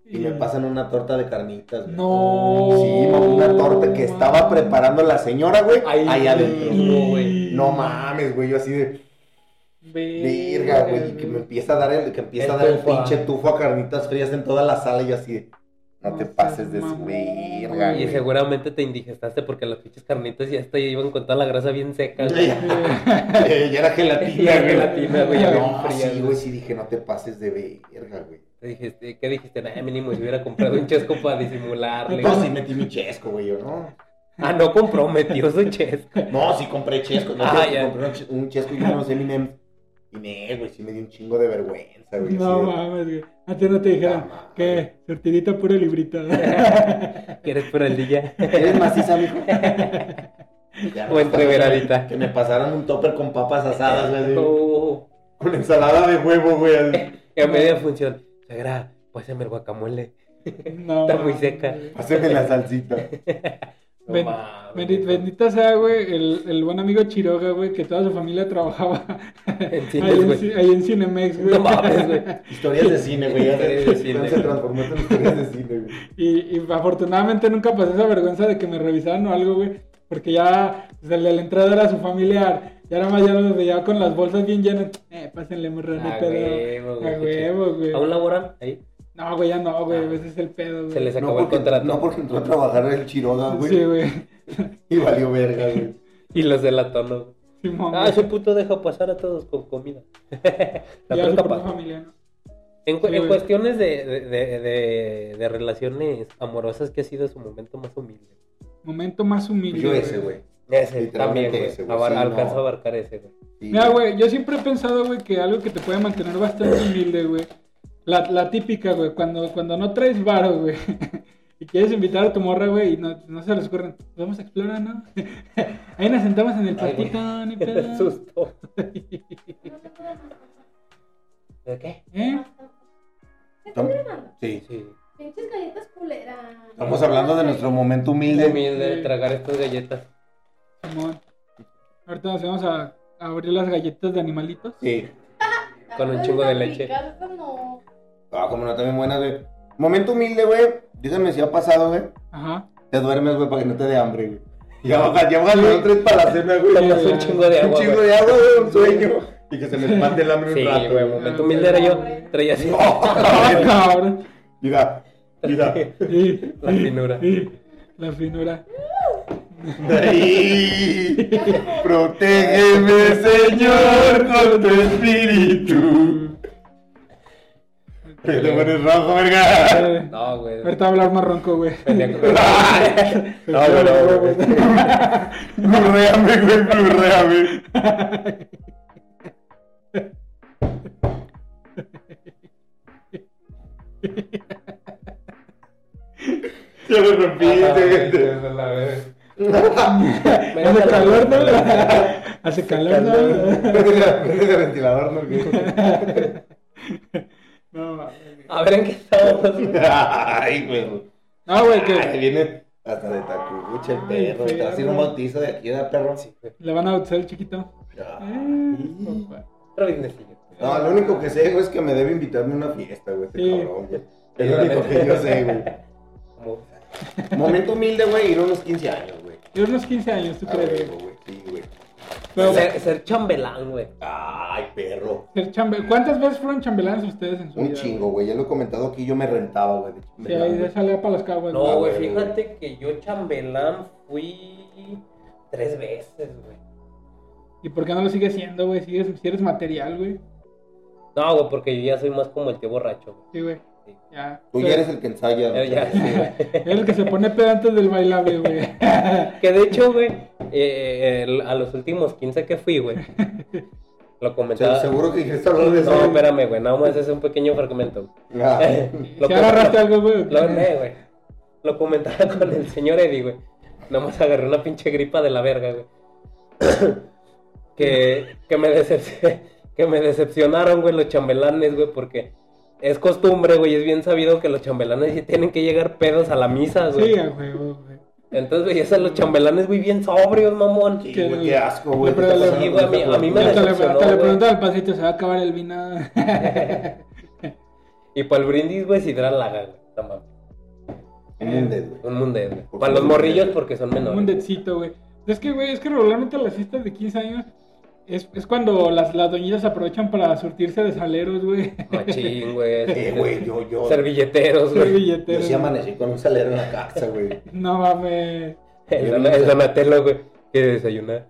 Speaker 1: y me pasan una torta de carnitas, güey.
Speaker 3: No.
Speaker 1: Sí, mamá, una torta que estaba preparando la señora, güey,
Speaker 2: Ay,
Speaker 1: ahí
Speaker 2: güey.
Speaker 1: adentro.
Speaker 2: No, güey.
Speaker 1: No mames, güey, yo así de... Verga, güey, y que me empieza a dar el, que empieza a
Speaker 2: El
Speaker 1: dar el
Speaker 2: tufo, ah.
Speaker 1: pinche tufo a carnitas frías en toda la sala y yo así de, no
Speaker 3: No
Speaker 1: te
Speaker 3: seas
Speaker 1: pases de su
Speaker 3: mamón,
Speaker 1: verga,
Speaker 2: Y
Speaker 1: güey. (laughs)
Speaker 2: seguramente te indigestaste porque las pinches carnitas ya hasta iban con toda la grasa bien seca.
Speaker 1: (laughs)
Speaker 2: güey.
Speaker 1: Ya ya era gelatina,
Speaker 2: Ya
Speaker 1: güey.
Speaker 2: gelatina, güey, ya
Speaker 1: No,
Speaker 2: bien fría,
Speaker 1: Ah, sí,
Speaker 2: güey.
Speaker 1: güey, sí dije, no te pases de verga, güey.
Speaker 2: Te dijiste, ¿Qué dijiste? Nah, mínimo si hubiera comprado un chesco para disimularle.
Speaker 1: No, sí metí mi chesco, güey, yo, ¿no?
Speaker 2: Ah, no comprometió su
Speaker 1: (laughs)
Speaker 2: chesco.
Speaker 1: No, sí compré chesco. No,
Speaker 2: Ah,
Speaker 1: sí,
Speaker 2: ya.
Speaker 1: compré un ch- un chesco y unos Eminem. Y me, güey, sí me dio un chingo de vergüenza, güey.
Speaker 3: No
Speaker 1: así
Speaker 3: mames, güey. Antes no te dijeron,
Speaker 1: madre.
Speaker 3: ¿qué? Sortidita pura
Speaker 1: (laughs)
Speaker 3: librita.
Speaker 2: ¿Quieres por el día?
Speaker 1: de, ¿Eres maciza, mijo? Ya,
Speaker 2: O entreveradita.
Speaker 1: Que me pasaran un topper con papas asadas, güey. así,
Speaker 2: (laughs) No.
Speaker 1: Con ensalada de huevo, güey. así.
Speaker 2: Y a media función, Sagra, pásame el guacamole.
Speaker 3: No,
Speaker 2: Está muy
Speaker 3: mames,
Speaker 2: seca.
Speaker 3: güey.
Speaker 1: Páseme la salsita.
Speaker 2: No
Speaker 3: Ben-
Speaker 2: mames.
Speaker 3: Bendi- Bendita sea, güey, el, el buen amigo Chiroga, güey, que toda su familia trabajaba
Speaker 2: En cines,
Speaker 3: ahí, en,
Speaker 2: pues, güey.
Speaker 3: Ci- ahí en Cinemex, güey.
Speaker 2: No mames, güey.
Speaker 1: Historias de cine, güey. Ya
Speaker 2: Historias
Speaker 1: se,
Speaker 2: de
Speaker 1: se
Speaker 2: cine, güey.
Speaker 1: transformó en historias de cine, güey.
Speaker 3: Y, y afortunadamente nunca pasé esa vergüenza de que me revisaran o algo, güey. Porque ya desde la entrada era su familiar. Y ahora más ya los veía con las bolsas bien llenas. Eh, pásenle, morra, no hay
Speaker 2: A
Speaker 3: pedo.
Speaker 2: Ah, huevo, güey,
Speaker 3: A
Speaker 2: qué
Speaker 3: huevo, güey.
Speaker 2: ¿Aún laboran ahí?
Speaker 3: No, güey, ya no, güey. Ese es el pedo, güey.
Speaker 2: Se les
Speaker 1: No
Speaker 2: acabó el
Speaker 1: porque,
Speaker 2: contrato.
Speaker 1: no porque entró a trabajar el Chiroga, güey.
Speaker 3: Sí, güey. (laughs)
Speaker 1: Y valió verga, güey.
Speaker 2: Y los delató, ¿no?
Speaker 3: Simón,
Speaker 2: Ah,
Speaker 3: güey.
Speaker 2: ese puto deja pasar a todos con comida. (laughs) La
Speaker 3: Ya su
Speaker 2: pregunta
Speaker 3: propia
Speaker 2: pa-
Speaker 3: familia, ¿no?
Speaker 2: En, cu-
Speaker 3: Sí,
Speaker 2: en
Speaker 3: güey.
Speaker 2: cuestiones de, de, de- de- de relaciones amorosas, ¿qué ha sido su momento más humilde?
Speaker 3: Momento más humilde.
Speaker 1: Yo ese, güey.
Speaker 2: Pues Ese,
Speaker 1: Literalmente
Speaker 2: también, güey.
Speaker 1: ese, güey.
Speaker 2: Abar-
Speaker 1: Sí, no.
Speaker 2: alcanzo a abarcar ese, güey.
Speaker 1: Sí,
Speaker 3: Mira, güey, yo siempre he pensado, güey, que algo que te puede mantener bastante humilde, güey. La, la típica, güey, cuando, cuando no traes varo, güey. (laughs) Y quieres invitar a tu morra, güey, y no, no se les ocurren. Vamos a explorar, ¿no? (laughs) Ahí nos sentamos en el
Speaker 2: Ay, güey. (laughs)
Speaker 3: patito, ni
Speaker 2: Me
Speaker 3: pedo.
Speaker 2: asustó. ¿De qué?
Speaker 3: ¿Eh?
Speaker 1: Tam- Sí.
Speaker 2: Sí.
Speaker 4: Pinches galletas culeras.
Speaker 1: Estamos hablando de nuestro momento humilde.
Speaker 2: Humilde, tragar estas galletas.
Speaker 3: Simón. Ahorita nos vamos a, a abrir las galletas de animalitos.
Speaker 1: Sí.
Speaker 2: Con un chingo de leche.
Speaker 4: Picadas, no.
Speaker 1: Ah, como no, también buenas, güey. Momento humilde, güey. Díganme si ha pasado, güey.
Speaker 3: Ajá.
Speaker 1: Te duermes, güey, para que no te dé hambre, güey. Ya bajas, ya bajas los tres para la cena, güey.
Speaker 2: Tomas un chingo de
Speaker 1: Un
Speaker 2: agua,
Speaker 1: chingo
Speaker 2: güey.
Speaker 1: de agua, güey, un sueño. Y que se me espante el hambre
Speaker 2: Sí,
Speaker 1: un rato.
Speaker 2: güey,
Speaker 1: güey. (laughs)
Speaker 2: momento humilde era yo. Traía así
Speaker 3: Ah, cabrón.
Speaker 1: Mira, mira.
Speaker 3: Sí,
Speaker 2: la finura.
Speaker 3: sí. La finura.
Speaker 1: Ahí. Protégeme, Señor, con tu espíritu. Que te pones rojo, verga.
Speaker 3: Eh,
Speaker 2: No, güey.
Speaker 3: ahorita va a hablar más ronco, güey.
Speaker 1: (laughs)
Speaker 2: Pelea con-
Speaker 1: No, güey, no, güey. Blurréame, güey, blurréame. Ya lo rompiste, güey.
Speaker 3: (laughs) Hace
Speaker 2: (laughs)
Speaker 3: calor, ¿no? Hace calor, ¿no?
Speaker 1: Prende el ventilador, ¿no? güey?
Speaker 3: (laughs) No, mames.
Speaker 2: A ver en qué estábamos. güey?
Speaker 1: Ay, güey.
Speaker 3: No, güey,
Speaker 1: Ay,
Speaker 3: que
Speaker 1: viene hasta de tacucha el
Speaker 3: Ay,
Speaker 1: perro. Está
Speaker 3: perro.
Speaker 1: haciendo un bautizo de aquí de perro.
Speaker 3: le van a bautizar el chiquito.
Speaker 1: Ay.
Speaker 2: Mm.
Speaker 3: Mm.
Speaker 2: Otro businessillo.
Speaker 1: No, lo único que sé, güey, es que me debe invitarme a una fiesta, güey, este
Speaker 3: Sí.
Speaker 1: cabrón, güey. Es lo único que yo sé, güey.
Speaker 2: Como-
Speaker 1: Momento humilde, güey, ir a unos 15 años, güey.
Speaker 3: Yo unos 15 años, ¿tú
Speaker 1: A
Speaker 3: crees?
Speaker 1: huevo, güey, sí, güey.
Speaker 3: Pero,
Speaker 2: Ser, ser chambelán, güey.
Speaker 1: Ay, perro.
Speaker 3: ser chambe- ¿Cuántas veces fueron chambelanes ustedes en su vida?
Speaker 1: Un chingo, güey. Ya lo he comentado aquí, yo me rentaba, güey. de
Speaker 3: Sí,
Speaker 1: chambelán,
Speaker 3: ahí
Speaker 1: güey.
Speaker 3: ya salía para las caguas.
Speaker 2: No,
Speaker 1: Ah,
Speaker 2: güey,
Speaker 1: güey.
Speaker 2: fíjate que yo chambelán fui tres veces, güey.
Speaker 3: ¿Y por qué no lo sigues siendo, güey? Sigues- Si eres material, güey.
Speaker 2: No, güey, porque yo ya soy más como el tío borracho, güey.
Speaker 3: Sí, güey.
Speaker 2: Sí.
Speaker 3: Ya.
Speaker 1: Tú ya eres el que ensaya.
Speaker 2: Pero
Speaker 1: güey.
Speaker 2: Eh, ya, sí, (laughs) güey.
Speaker 3: Eres el que se pone pedo antes del bailable,
Speaker 2: (laughs)
Speaker 3: güey.
Speaker 2: Que de hecho, güey, eh, el- a los últimos 15 que fui, güey, lo comentaba.
Speaker 1: Se- Seguro que dijiste hablar de eso.
Speaker 2: No, espérame, güey, nada más es un pequeño fragmento.
Speaker 1: Ah,
Speaker 2: (laughs) Lo
Speaker 3: Si agarraste algo, güey.
Speaker 2: Lo, (laughs) eh, güey. Lo comentaba con el señor Eddie, güey. Nomás agarré una pinche gripa de la verga, güey. (coughs) que, que, me decep- (laughs) que me decepcionaron, güey, los chambelanes, güey, porque es costumbre, güey, es bien sabido que los chambelanes sí tienen que llegar pedos a la misa, güey.
Speaker 3: Sí, a huevo, güey.
Speaker 2: Entonces veías a los chambelanes, güey, bien sobrios, mamón.
Speaker 1: sí,
Speaker 3: que-
Speaker 1: güey, qué asco, güey.
Speaker 3: Pero
Speaker 1: Te
Speaker 3: le-
Speaker 1: pasaron
Speaker 2: sí, güey, a mí- a mí me
Speaker 1: con
Speaker 3: Hasta le,
Speaker 2: decepcionó,
Speaker 3: hasta le
Speaker 2: güey.
Speaker 3: preguntaba al pasito, ¿se va a acabar
Speaker 2: (laughs)
Speaker 3: el vino?
Speaker 2: Y para el brindis, güey, sidra laga, güey. No mames.
Speaker 1: Un mundet, güey.
Speaker 2: Un mundet, güey.
Speaker 1: Porque
Speaker 2: Para los
Speaker 1: son menores.
Speaker 2: morrillos porque son menores.
Speaker 3: Un decito, güey. Es que, güey, es que regularmente las fiestas de 15 años Es, es cuando las, las doñitas aprovechan para surtirse de saleros, güey.
Speaker 1: (laughs)
Speaker 2: Machín, güey.
Speaker 1: Eh, güey, yo, yo.
Speaker 2: Servilleteros, güey.
Speaker 1: Yo
Speaker 3: Servilleteros.
Speaker 1: sí amanecí con un salero en la casa, güey.
Speaker 3: No mames.
Speaker 2: El, Dona- el Donatello, güey. Que desayunar.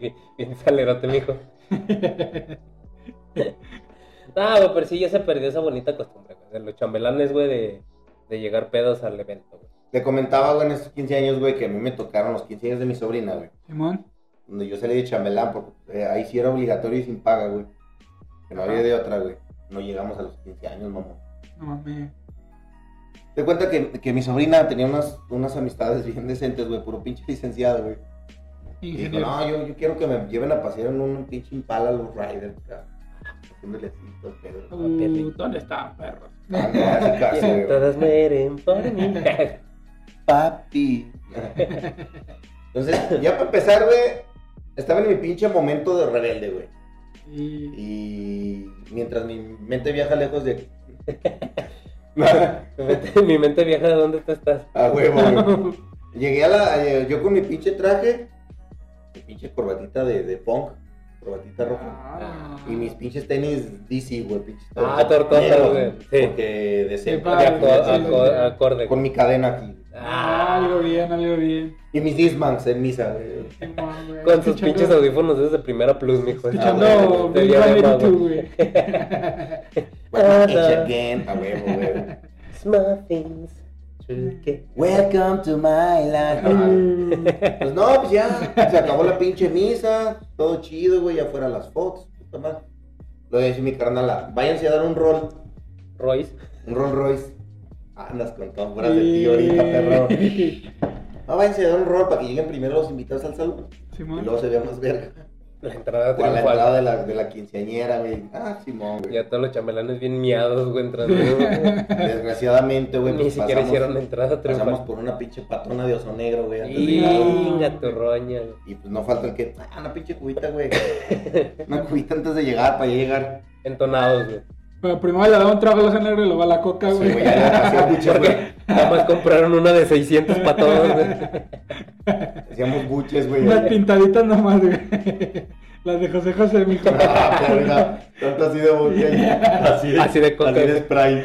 Speaker 2: Bien bien salerote, mijo. No, güey, pero sí, ya se perdió esa bonita costumbre, güey. De los chambelanes, güey, de, de llegar pedos al evento, güey.
Speaker 1: Te comentaba, güey, en estos 15 años, güey, que a mí me tocaron los 15 años de mi sobrina, güey.
Speaker 3: Simón.
Speaker 1: Donde yo salí de chambelán, porque eh, ahí sí era obligatorio y sin paga, güey. Que no había de otra, güey. No llegamos a los 15 años, mamón.
Speaker 3: No mames.
Speaker 1: Te cuenta que, que mi sobrina tenía unas, unas amistades bien decentes, güey, puro pinche licenciado, güey. Y dijo,
Speaker 3: Ingeniero.
Speaker 1: no, yo, yo quiero que me lleven a pasear en un pinche impala a los riders, acá. Haciéndole así, todo el pedo.
Speaker 3: (laughs)
Speaker 2: no, perrito.
Speaker 3: Uh, ¿Dónde están, perros?
Speaker 1: Ah, no, así casi, güey.
Speaker 2: Todas mueren
Speaker 1: (laughs)
Speaker 2: por mí. (laughs)
Speaker 1: papi. Entonces, ya para empezar, güey, estaba en mi pinche momento de rebelde, güey.
Speaker 3: Y...
Speaker 1: Y mientras mi mente viaja lejos (laughs) de...
Speaker 2: Mi mente- Mi mente viaja de dónde tú estás.
Speaker 1: A huevo, güey. Llegué a la... eh, Yo con mi pinche traje, mi pinche corbatita de, de punk, corbatita roja.
Speaker 3: Ah.
Speaker 1: Y mis pinches tenis DC, güey, pinches.
Speaker 2: Ah, tortotas, güey. Sí.
Speaker 1: Porque de
Speaker 3: Qué
Speaker 1: siempre.
Speaker 2: De
Speaker 3: padre,
Speaker 2: aco- aco- acorde.
Speaker 1: Con mi cadena aquí.
Speaker 3: Ah,
Speaker 2: Ah,
Speaker 3: algo bien, algo bien.
Speaker 1: Y mis Dismans en misa, güey.
Speaker 3: Simón, güey.
Speaker 2: con sus pinches
Speaker 3: Escuchando-
Speaker 2: audífonos desde primera plus, mijo. Ah,
Speaker 3: Escuchando
Speaker 2: güey, te
Speaker 3: Big
Speaker 2: dio
Speaker 3: Bang
Speaker 2: de más,
Speaker 3: 82,
Speaker 2: güey.
Speaker 3: güey. (laughs)
Speaker 1: Welcome
Speaker 2: Ah,
Speaker 1: to
Speaker 2: no.
Speaker 1: again. A huevo,
Speaker 2: (laughs)
Speaker 1: güey.
Speaker 2: Muffins. Chuque.
Speaker 1: Welcome to my life. (laughs) Pues no, pues ya. Se acabó la pinche misa. Todo chido, güey. Ya fuera las fotos. puta madre. Lo decía mi carnala. Váyanse a dar un rol.
Speaker 2: Royce.
Speaker 1: Un Rolls Royce. Andas con compras de tío ahorita, perro. No, váyanse a dar un rol para que lleguen primero los invitados al salón. Y
Speaker 3: (laughs) Simón.
Speaker 1: luego se vea más verga.
Speaker 2: La
Speaker 1: O a
Speaker 2: entrada
Speaker 1: la
Speaker 2: triunfal.
Speaker 1: entrada de la, de la quinceañera, güey. Ah, Simón,
Speaker 2: Y
Speaker 1: güey.
Speaker 2: a todos los chambelanes bien miados, güey, entrando. Ni
Speaker 1: Desgraciadamente,
Speaker 2: (laughs)
Speaker 1: güey. pues,
Speaker 2: siquiera
Speaker 1: pasamos-
Speaker 2: hicieron la entrada
Speaker 1: Pasamos
Speaker 2: triunfal.
Speaker 1: por una pinche patrona de oso negro, güey. antes de
Speaker 2: Y
Speaker 1: llegar.
Speaker 2: a tu roña. güey.
Speaker 1: Y pues no falta el que, ah, una pinche cubita,
Speaker 2: (laughs)
Speaker 1: güey. Una cubita antes de llegar, para ya llegar.
Speaker 2: Entonados, güey.
Speaker 3: Pero primero le da un trago a los negro y lo va a la coca,
Speaker 1: Sí,
Speaker 3: güey.
Speaker 1: güey, ya le hacía buches, güey.
Speaker 2: Porque nada más compraron una de 600 para
Speaker 1: (laughs)
Speaker 2: todos, güey.
Speaker 1: Hacíamos buches, güey.
Speaker 3: Unas pintaditas nomás, güey. (laughs) Las de José José, mijo.
Speaker 1: (laughs) Ah, pero mira, tanto así de buche. Así de,
Speaker 2: Así de coca. (laughs)
Speaker 1: spray.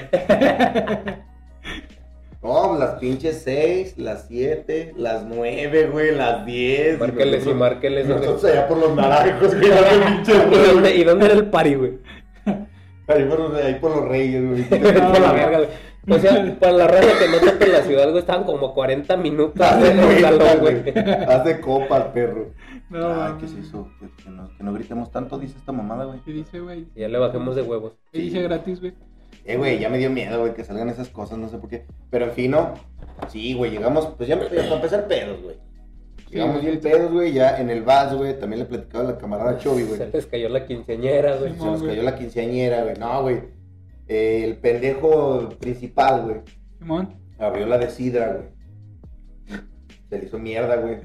Speaker 1: No, pues, las pinches seis, las siete, las nueve, güey, las diez.
Speaker 2: Márqueles y márqueles. güey.
Speaker 1: Nosotros allá por los naranjos, güey, (laughs) dando pinches,
Speaker 2: ¿Y dónde,
Speaker 1: güey.
Speaker 2: y dónde era el party, güey?
Speaker 1: Ahí por, los- ahí por los reyes, güey.
Speaker 2: Vete a la verga, güey. O
Speaker 3: (laughs)
Speaker 2: sea, para la raza que no toca en la ciudad, güey, estaban como 40 minutos
Speaker 1: Haz
Speaker 2: en el
Speaker 1: de
Speaker 2: salón,
Speaker 1: copas,
Speaker 2: güey.
Speaker 1: güey. Haz de copas, perro.
Speaker 3: (laughs) No,
Speaker 1: Ay,
Speaker 3: mames.
Speaker 1: ¿qué es eso? Que, que no, que no gritemos tanto, dice esta mamada, güey.
Speaker 3: ¿Qué dice, güey?
Speaker 2: Ya le bajemos de huevos.
Speaker 3: ¿Qué dice gratis, güey?
Speaker 1: Eh, güey, ya me dio miedo, güey, que salgan esas cosas, no sé por qué. Pero en fin, no. Sí, güey, llegamos, pues ya me para empezar pedos, güey. Llegamos
Speaker 3: Sí,
Speaker 1: bien pedos, güey, ya en el vals, güey. También le platicaba a la camarada Chovy, güey.
Speaker 2: Se les cayó la quinceañera, güey.
Speaker 1: Se nos cayó la quinceañera, güey. No, güey. Eh, el pendejo principal, güey.
Speaker 3: Simón.
Speaker 1: Abrió la de sidra, güey. Se le hizo mierda, güey.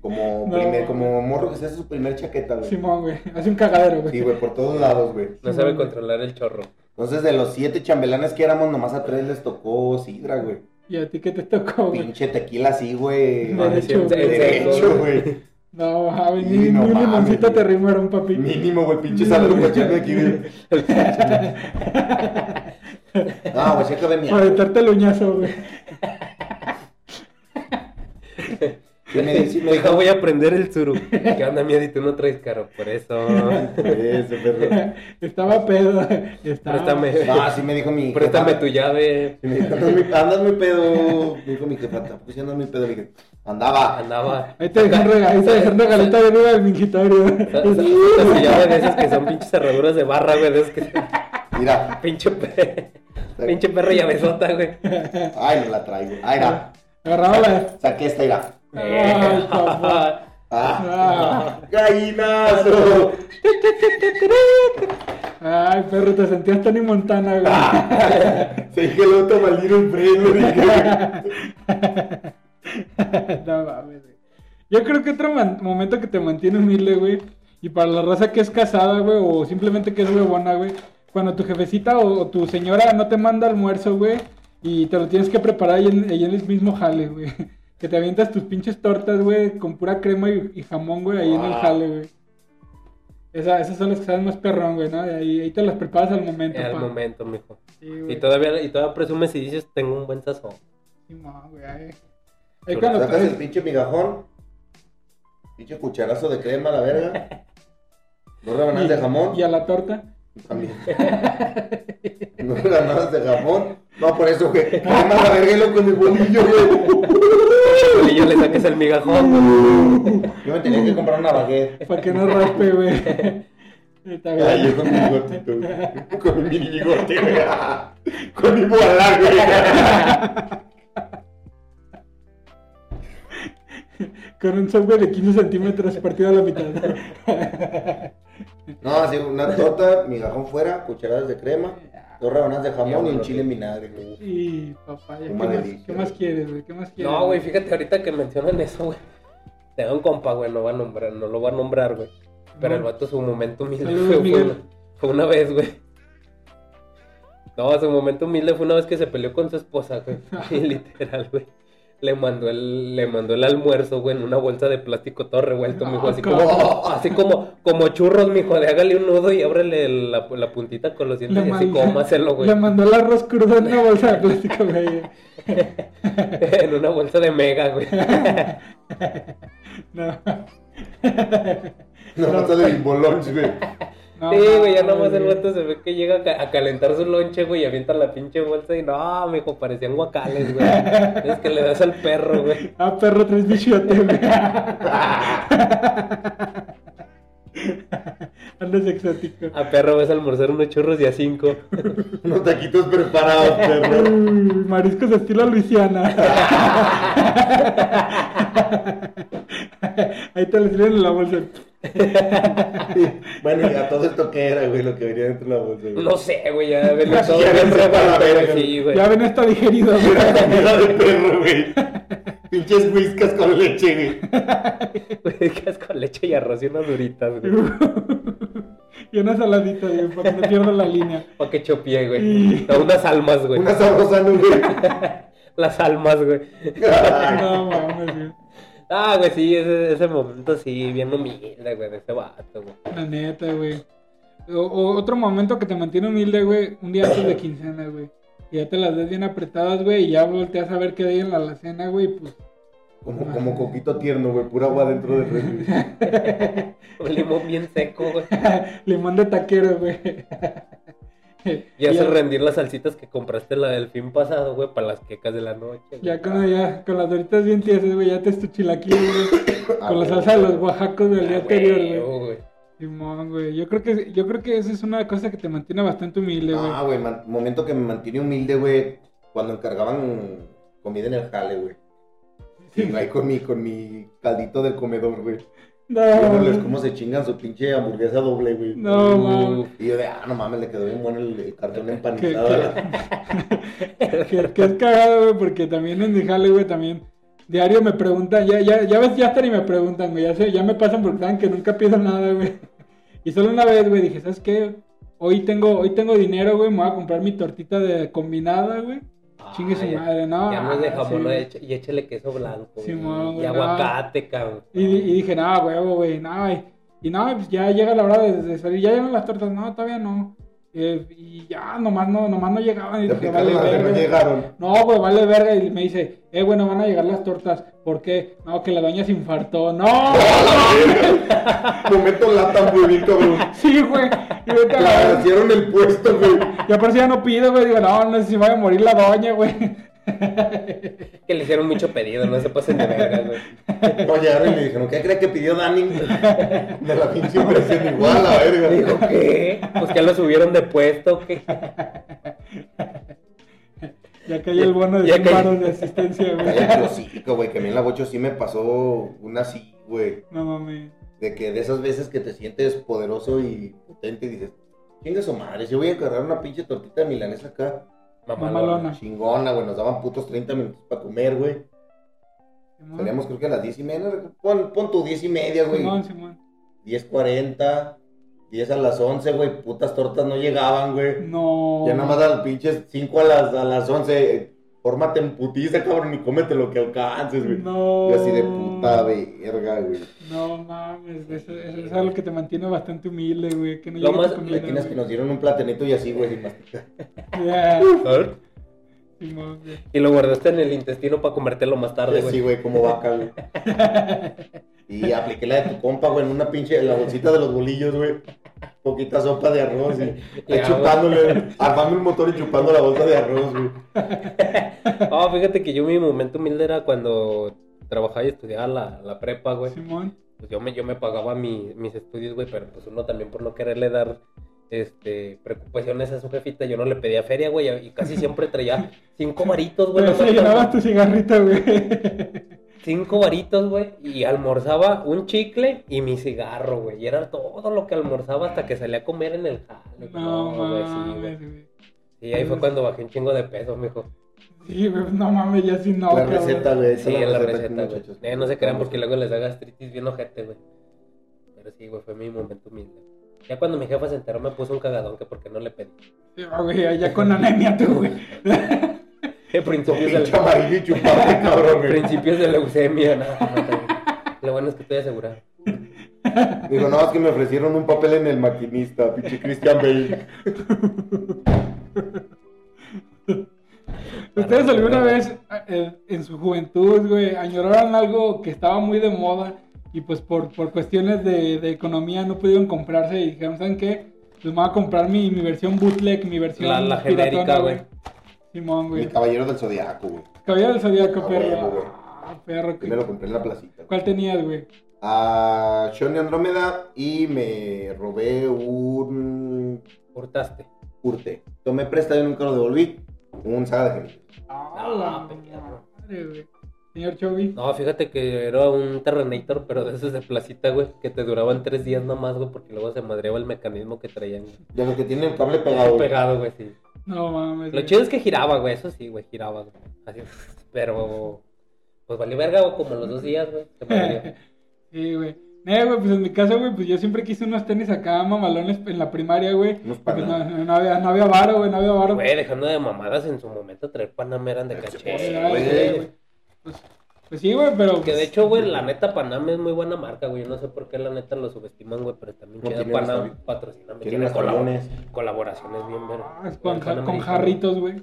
Speaker 1: Como,
Speaker 3: (laughs) No.
Speaker 1: primer, como morro que se hace su primer chaqueta, güey.
Speaker 3: Simón, güey. Hace un cagadero, güey.
Speaker 1: Sí, güey, por todos lados, güey.
Speaker 2: No sabe controlar el
Speaker 3: (laughs)
Speaker 2: chorro.
Speaker 1: Entonces, de los siete chambelanes que éramos, nomás a tres les tocó sidra, güey.
Speaker 3: ¿Y a ti qué te tocó, güey?
Speaker 1: Pinche tequila así, güey.
Speaker 3: No,
Speaker 1: De
Speaker 3: de hecho,
Speaker 2: En- en-
Speaker 1: Derecho, güey.
Speaker 3: No, mames,
Speaker 1: Sí,
Speaker 3: ni,
Speaker 1: no
Speaker 3: ni un
Speaker 1: mames,
Speaker 3: limoncito
Speaker 1: güey.
Speaker 3: te rimaron, papi.
Speaker 1: Mínimo, güey, pinche salud cochando aquí, güey. No, güey, se acabé mi
Speaker 3: Para
Speaker 1: agua.
Speaker 3: evitarte el uñazo, güey. (laughs)
Speaker 1: Sí me, sí me
Speaker 2: Deja,
Speaker 1: dijo,
Speaker 2: voy a aprender el suru. ¿Qué onda, miedo? Y tú no traes caro, por
Speaker 3: (laughs)
Speaker 2: eso.
Speaker 1: Eso, perro.
Speaker 3: Estaba pedo. Estaba...
Speaker 2: Préstame,
Speaker 1: No, sí me dijo mi.
Speaker 2: préstame
Speaker 1: jefa.
Speaker 2: tu llave.
Speaker 1: Sí me dijo, andas muy, andas muy pedo. Me dijo mi jefa, ¿por qué andas muy pedo? Le dije, andaba.
Speaker 2: Andaba.
Speaker 3: Ah. Ahí te dejan rega- ahí te dejan regalita de nueva del mingitorio.
Speaker 2: Sa- sa-
Speaker 3: (laughs)
Speaker 2: sacas tu llave de esas que son pinches cerraduras de barra, güey. De esas que.
Speaker 1: Mira,
Speaker 2: (laughs) Pinche, pe- pinche perro llavesota, güey.
Speaker 1: ay, no la traigo. Ay, mira,
Speaker 3: Agarraba la...
Speaker 1: saqué esta, mira.
Speaker 3: Ay, papá.
Speaker 2: (laughs)
Speaker 1: Ah,
Speaker 3: Ah.
Speaker 1: gallinazo. (laughs)
Speaker 3: Ay, perro, te sentías Tony Montana, güey.
Speaker 2: (laughs)
Speaker 1: Se dije el otro maldito en freno. dije.
Speaker 3: (laughs) no mames, güey. Yo creo que otro man- momento que te mantiene humilde, güey. Y para la raza que es casada, güey, o simplemente que es huevona, güey. Cuando tu jefecita o, o tu señora no te manda almuerzo, güey. (laughs) Y te lo tienes que preparar ahí en, ahí en el mismo jale, güey. Que te avientas tus pinches tortas, güey, con pura crema y, y jamón, güey, ahí en el
Speaker 1: Ah.
Speaker 3: jale, güey. Esa- esas son las que saben más perrón, güey, ¿no? Y ahí, ahí te las preparas al momento,
Speaker 2: Al
Speaker 3: pa.
Speaker 2: momento, mijo.
Speaker 3: Sí, güey.
Speaker 2: Y todavía, y todavía presumes y dices, tengo un buen sazón.
Speaker 3: Sí, no, güey, ahí. Ahí
Speaker 2: Tú
Speaker 3: cuando
Speaker 1: Sacas el
Speaker 3: traes-
Speaker 1: pinche migajón. Pinche cucharazo de crema a la verga. Dos rebanadas de jamón.
Speaker 3: Y a la torta.
Speaker 1: También. Dos rebanadas de jamón. No, por eso, güey. Crema a la verga y lo con el bolillo, güey.
Speaker 2: Y yo le saques el migajón, güey.
Speaker 1: Yo me tenía que comprar una baguette.
Speaker 3: Para que no raspe,
Speaker 2: (laughs)
Speaker 3: güey. Está
Speaker 1: Ay,
Speaker 3: bien.
Speaker 1: Ah, yo con mi bigotito, güey. Con mi mini bigote, güey. (laughs) Con mi boalá, güey.
Speaker 3: Con un software de 15 centímetros partido a
Speaker 2: (laughs)
Speaker 3: la mitad.
Speaker 1: No, así una torta, migajón fuera, cucharadas de crema, dos rebanadas de jamón y un chile en vinagre, güey.
Speaker 3: Y papá, ya, ¿qué,
Speaker 1: Una
Speaker 3: más,
Speaker 1: delicia,
Speaker 3: ¿qué más
Speaker 1: güey.
Speaker 3: quieres, güey? ¿Qué más quieres?
Speaker 2: No, güey, fíjate ahorita que mencionan eso, güey. Tengo un compa, güey, no va a nombrar, no lo va a nombrar, güey. Pero el vato su momento humilde
Speaker 3: Saludos,
Speaker 2: fue, fue
Speaker 3: Miguel.
Speaker 2: una, fue una vez, güey. No, su momento humilde fue una vez que se peleó con su esposa,
Speaker 3: (laughs)
Speaker 2: güey. Y literal, güey. Le mandó el, le mandó el almuerzo, güey, en una bolsa de plástico todo revuelto, mijo. Así como,
Speaker 1: cabrón.
Speaker 2: así como, como churros, mijo, de hágale un nudo y ábrele la, la puntita con los dientes y así
Speaker 3: mandó-
Speaker 2: cómaselo, güey.
Speaker 3: le mandó el arroz crudo en una bolsa de plástico, güey.
Speaker 2: (laughs) en una bolsa de mega,
Speaker 3: (laughs)
Speaker 2: güey.
Speaker 3: No.
Speaker 1: Una torta de bimbo lunch, güey.
Speaker 3: No,
Speaker 2: Sí, güey, ya nomás el
Speaker 3: güey.
Speaker 2: vato se ve que llega a ca- a calentar su lonche, güey, y avienta la pinche bolsa y no, mijo, parecían guacales, güey. es que le das al perro, güey.
Speaker 3: (laughs) Ah, perro, tres bichotes,
Speaker 1: (laughs)
Speaker 3: güey. (laughs) Andas exótico.
Speaker 2: A perro ves almorzar unos churros y a cinco.
Speaker 1: Unos taquitos preparados, perro.
Speaker 3: Uy, mariscos de estilo Luisiana. Ahí te lo sirven en la bolsa.
Speaker 1: Bueno, y a todo esto que era, güey, lo que venía dentro de la bolsa, güey.
Speaker 2: No sé, güey, ya ven
Speaker 1: Ya
Speaker 2: todo
Speaker 1: ven
Speaker 2: bien
Speaker 1: sepa la
Speaker 2: preparado,
Speaker 1: verga.
Speaker 2: Sí, güey.
Speaker 3: Ya ven esto digerido. güey.
Speaker 1: Era comida de perro, güey. Pinches whiskas con leche, güey.
Speaker 2: Güey, que (laughs) es con leche y arroz y unas duritas, güey.
Speaker 3: y una saladita, güey, para que no pierda la línea.
Speaker 2: Pa' que chopié, güey. No, unas almas, güey.
Speaker 1: Una sabrosa güey.
Speaker 2: Las almas, güey.
Speaker 3: No, mames, güey.
Speaker 2: Ah, güey, sí, ese, ese momento sí, bien humilde, güey, de ese vato, güey.
Speaker 3: La neta, güey. O- o- otro momento que te mantiene humilde, güey, un día antes de quincena, güey. Y ya te las ves bien apretadas, güey, y ya volteas a ver qué hay en la alacena, güey, y pues... (laughs)
Speaker 1: Como, como coquito tierno, güey. Pura agua dentro del refri.
Speaker 2: Un limón bien seco, güey.
Speaker 3: Limón de taquero, güey.
Speaker 2: Y hace
Speaker 3: ya-
Speaker 2: rendir las salsitas que compraste la del fin pasado, güey, para las quecas de la noche. güey.
Speaker 3: Ya con, ya con las doritas bien tiesas, güey, ya te es tu chilaquil, güey.
Speaker 1: Ah,
Speaker 3: con la
Speaker 1: güey.
Speaker 3: salsa de los oaxacos del día
Speaker 2: Ah,
Speaker 3: anterior, güey.
Speaker 2: huevo, güey.
Speaker 3: Simón, güey. Yo creo que yo creo que esa es una cosa que te mantiene bastante humilde, güey.
Speaker 1: Ah, güey, man- momento que me mantiene humilde, güey. Cuando encargaban comida en el jale, güey. Y iba ahí con mi, con mi caldito del comedor, güey. Viéndoles
Speaker 3: no,
Speaker 1: cómo se chingan su pinche hamburguesa doble, güey.
Speaker 3: no, mames.
Speaker 1: Y yo de, ah, no mames, le quedó bien bueno el, el cartón
Speaker 3: Que,
Speaker 1: empanizado. güey.
Speaker 3: que, que- que es cagado, güey, porque también en mi jale, güey, también. Diario me preguntan, ya, ya, ya ves, ya están y me preguntan, güey, ya, sé, ya me pasan porque saben que nunca pido nada, güey. Y solo una vez, güey, dije, ¿sabes qué? Hoy tengo, hoy tengo dinero, güey, me voy a comprar mi tortita de combinada, güey.
Speaker 2: Ah,
Speaker 3: Chingue su
Speaker 2: ya-
Speaker 3: madre, no. Ah,
Speaker 2: Ya no es de jamón
Speaker 3: sí, güey.
Speaker 2: hecho- y échale queso blanco. güey.
Speaker 3: Simón,
Speaker 2: y
Speaker 3: güey, no.
Speaker 2: aguacate, cabrón.
Speaker 3: Y, y dije, no, huevo, güey, no. Y, y no, pues ya llega la hora de, de salir, ya llegan las tortas, no, todavía no. Eh, y ya, nomás no, nomás
Speaker 1: (laughs)
Speaker 3: no llegaban. Y
Speaker 1: Te
Speaker 3: dije,
Speaker 1: picaron
Speaker 3: vale,
Speaker 1: las que no
Speaker 3: verga. (laughs)
Speaker 1: llegaron.
Speaker 3: No, güey, vale verga. Y me dice, eh, bueno, van a llegar las tortas. ¿Por qué? No, que la doña se infartó. ¡No! (laughs)
Speaker 1: Momento lata muy bien, cabrón.
Speaker 3: Sí, güey. Y vete a
Speaker 1: Le
Speaker 3: la verga.
Speaker 1: agradecieron el puesto, güey.
Speaker 3: Y aparte ya no pido, güey. Digo, no, no sé si va a morir la doña, güey. (laughs)
Speaker 2: Que le hicieron mucho pedido, no se pasen
Speaker 3: (laughs)
Speaker 2: de verga, güey.
Speaker 1: No, llegaron y me dijeron, ¿qué cree que pidió Dani? (laughs) De la pinche impresión igual, la verga.
Speaker 2: Digo, ¿qué? Pues que lo subieron de puesto, ¿qué?
Speaker 3: Ya cayó el bono de
Speaker 2: Ya
Speaker 3: 100
Speaker 2: cayó.
Speaker 3: baros de
Speaker 1: (laughs)
Speaker 3: asistencia, güey.
Speaker 1: Cállate los hocico, güey, que a mí en la bocho sí me pasó una así, güey.
Speaker 3: No mames.
Speaker 1: De que de esas veces que te sientes poderoso y potente y dices, chinga su madre, yo voy a encargar una pinche tortita de milanesa acá.
Speaker 2: Mamalona.
Speaker 3: Mamalona.
Speaker 1: Chingona, güey, nos daban putos 30 minutos para comer, güey. Salíamos creo que a las 10 y media, pon, pon tu 10 y media, güey.
Speaker 3: Simón, Simón.
Speaker 1: 10.40, 10 a las 11, güey, putas tortas no llegaban, güey.
Speaker 3: No.
Speaker 1: Ya nada más a las pinches 5 a las, a las 11. Fórmate en putiza, cabrón, y cómete lo que alcances, güey.
Speaker 3: No.
Speaker 1: Y así de puta verga, güey.
Speaker 3: No mames, eso, eso es algo que te mantiene bastante humilde, güey. Que no
Speaker 2: Lo
Speaker 3: llegue tu
Speaker 2: más-
Speaker 3: comida,
Speaker 1: Le tienes que
Speaker 3: güey.
Speaker 1: nos dieron un platanito y así, güey.
Speaker 3: Ya,
Speaker 2: ¿sabes?
Speaker 3: Simón, güey.
Speaker 2: Y lo guardaste en el intestino para comértelo más tarde,
Speaker 1: Sí,
Speaker 2: güey.
Speaker 1: güey, como vaca,
Speaker 2: (laughs)
Speaker 1: güey. Y apliqué la de tu compa, güey, en una pinche, en la bolsita de los bolillos, güey. Poquita sopa de arroz, y
Speaker 2: Ya,
Speaker 1: ahí chupándole, güey, armando el motor y chupando la bolsa de arroz, güey.
Speaker 2: Ah, fíjate que yo mi momento humilde era cuando trabajaba y estudiaba la, la prepa, güey.
Speaker 3: Simón.
Speaker 2: Pues yo me, yo me pagaba mi- mis estudios, güey, pero pues uno también por no quererle dar este preocupaciones a su jefita, yo no le pedía feria, güey, y casi siempre traía cinco varitos, güey.
Speaker 3: (laughs) Pero
Speaker 2: no
Speaker 3: se
Speaker 2: sé,
Speaker 3: llevabas tu cigarrito, güey.
Speaker 2: cinco varitos, güey, y almorzaba un chicle y mi cigarro, güey, y era todo lo que almorzaba hasta que salía a comer en el jale.
Speaker 3: No
Speaker 2: güey, sí, güey.
Speaker 3: mames, güey.
Speaker 2: Y ahí fue cuando bajé un chingo de peso, mijo.
Speaker 3: Sí, güey, no mames, ya sí no.
Speaker 1: la
Speaker 3: cabrón.
Speaker 1: receta, güey. esa
Speaker 2: Sí,
Speaker 1: es
Speaker 2: en la
Speaker 1: que
Speaker 2: receta, güey.
Speaker 1: muchachos.
Speaker 2: Eh, no se crean porque luego les da gastritis bien ojete, güey. Pero sí, güey, fue mi momento humilde. Ya cuando mi jefa se enteró me puso un cagadón que porque no le pedí.
Speaker 3: Sí, güey, allá con anemia tú, güey.
Speaker 1: Tu
Speaker 2: Eh, principios, de
Speaker 1: pinche
Speaker 2: (laughs)
Speaker 1: amarillo y chuparte, cabrón, güey.
Speaker 2: principios de leucemia, no, no, no, Lo bueno es que estoy asegurado.
Speaker 1: Digo, no, es que me ofrecieron un papel en el maquinista, pinche Christian Bale.
Speaker 3: ¿Ustedes alguna vez eh, en su juventud, güey, añoraron algo que estaba muy de moda y pues por, por cuestiones de, de economía no pudieron comprarse y dijeron, ¿saben qué? Pues me voy a comprar mi, mi versión bootleg, mi versión
Speaker 2: La- la
Speaker 3: piratona,
Speaker 2: genérica, güey.
Speaker 3: Simón,
Speaker 1: El
Speaker 3: güey.
Speaker 1: caballero del zodiaco, güey.
Speaker 3: Caballero del Zodíaco,
Speaker 1: Ah,
Speaker 3: perro.
Speaker 1: huevo, güey.
Speaker 3: Ah, perro.
Speaker 1: Yo me lo compré en la placita.
Speaker 3: ¿Cuál tenías, güey?
Speaker 1: A Sean de Andrómeda y me robé un
Speaker 2: Hurtaste.
Speaker 1: curte. Tomé prestado y nunca lo devolví. Un saga de gente.
Speaker 3: Ah, la
Speaker 2: perro.
Speaker 3: madre, güey. Señor Chovy.
Speaker 2: No, fíjate que era un Terrenator, pero de esos de placita, güey, que te duraban tres días nomás, güey, porque luego se madreaba el mecanismo que traían. güey.
Speaker 1: De los que tienen el cable pegado. güey.
Speaker 2: Pegado, güey, sí.
Speaker 3: No mames.
Speaker 2: Lo
Speaker 3: güey.
Speaker 2: chido es que giraba, güey, eso sí, güey, giraba, güey. Así, (laughs) pero, pues valió verga, o como los dos días, güey,
Speaker 1: (laughs)
Speaker 2: se madrió.
Speaker 3: Sí, güey. Eh, güey, pues en mi caso, güey, pues yo siempre quise unos tenis acá mamalones en la primaria, güey.
Speaker 1: Unos
Speaker 3: Pues no,
Speaker 1: (laughs) panameras.
Speaker 3: no, no había, no había varo, güey, no había varo.
Speaker 2: Güey, dejando de mamadas en su momento, traer Panam eran de
Speaker 3: Ay,
Speaker 2: caché.
Speaker 3: güey, güey. Pues, pues sí, güey, pero.
Speaker 2: Que de hecho, güey, la neta Panam es muy buena marca, güey. Yo no sé por qué la neta lo subestiman, güey, pero también
Speaker 1: No
Speaker 2: queda
Speaker 1: tiene
Speaker 2: Panam
Speaker 1: restaurante.
Speaker 2: patrocinando.
Speaker 1: Tiene
Speaker 2: Tiene colabo-
Speaker 1: restaurantes.
Speaker 2: colaboraciones bien, ver.
Speaker 3: Ah, con,
Speaker 2: Panam
Speaker 3: con
Speaker 2: hizo-
Speaker 3: jarritos, güey.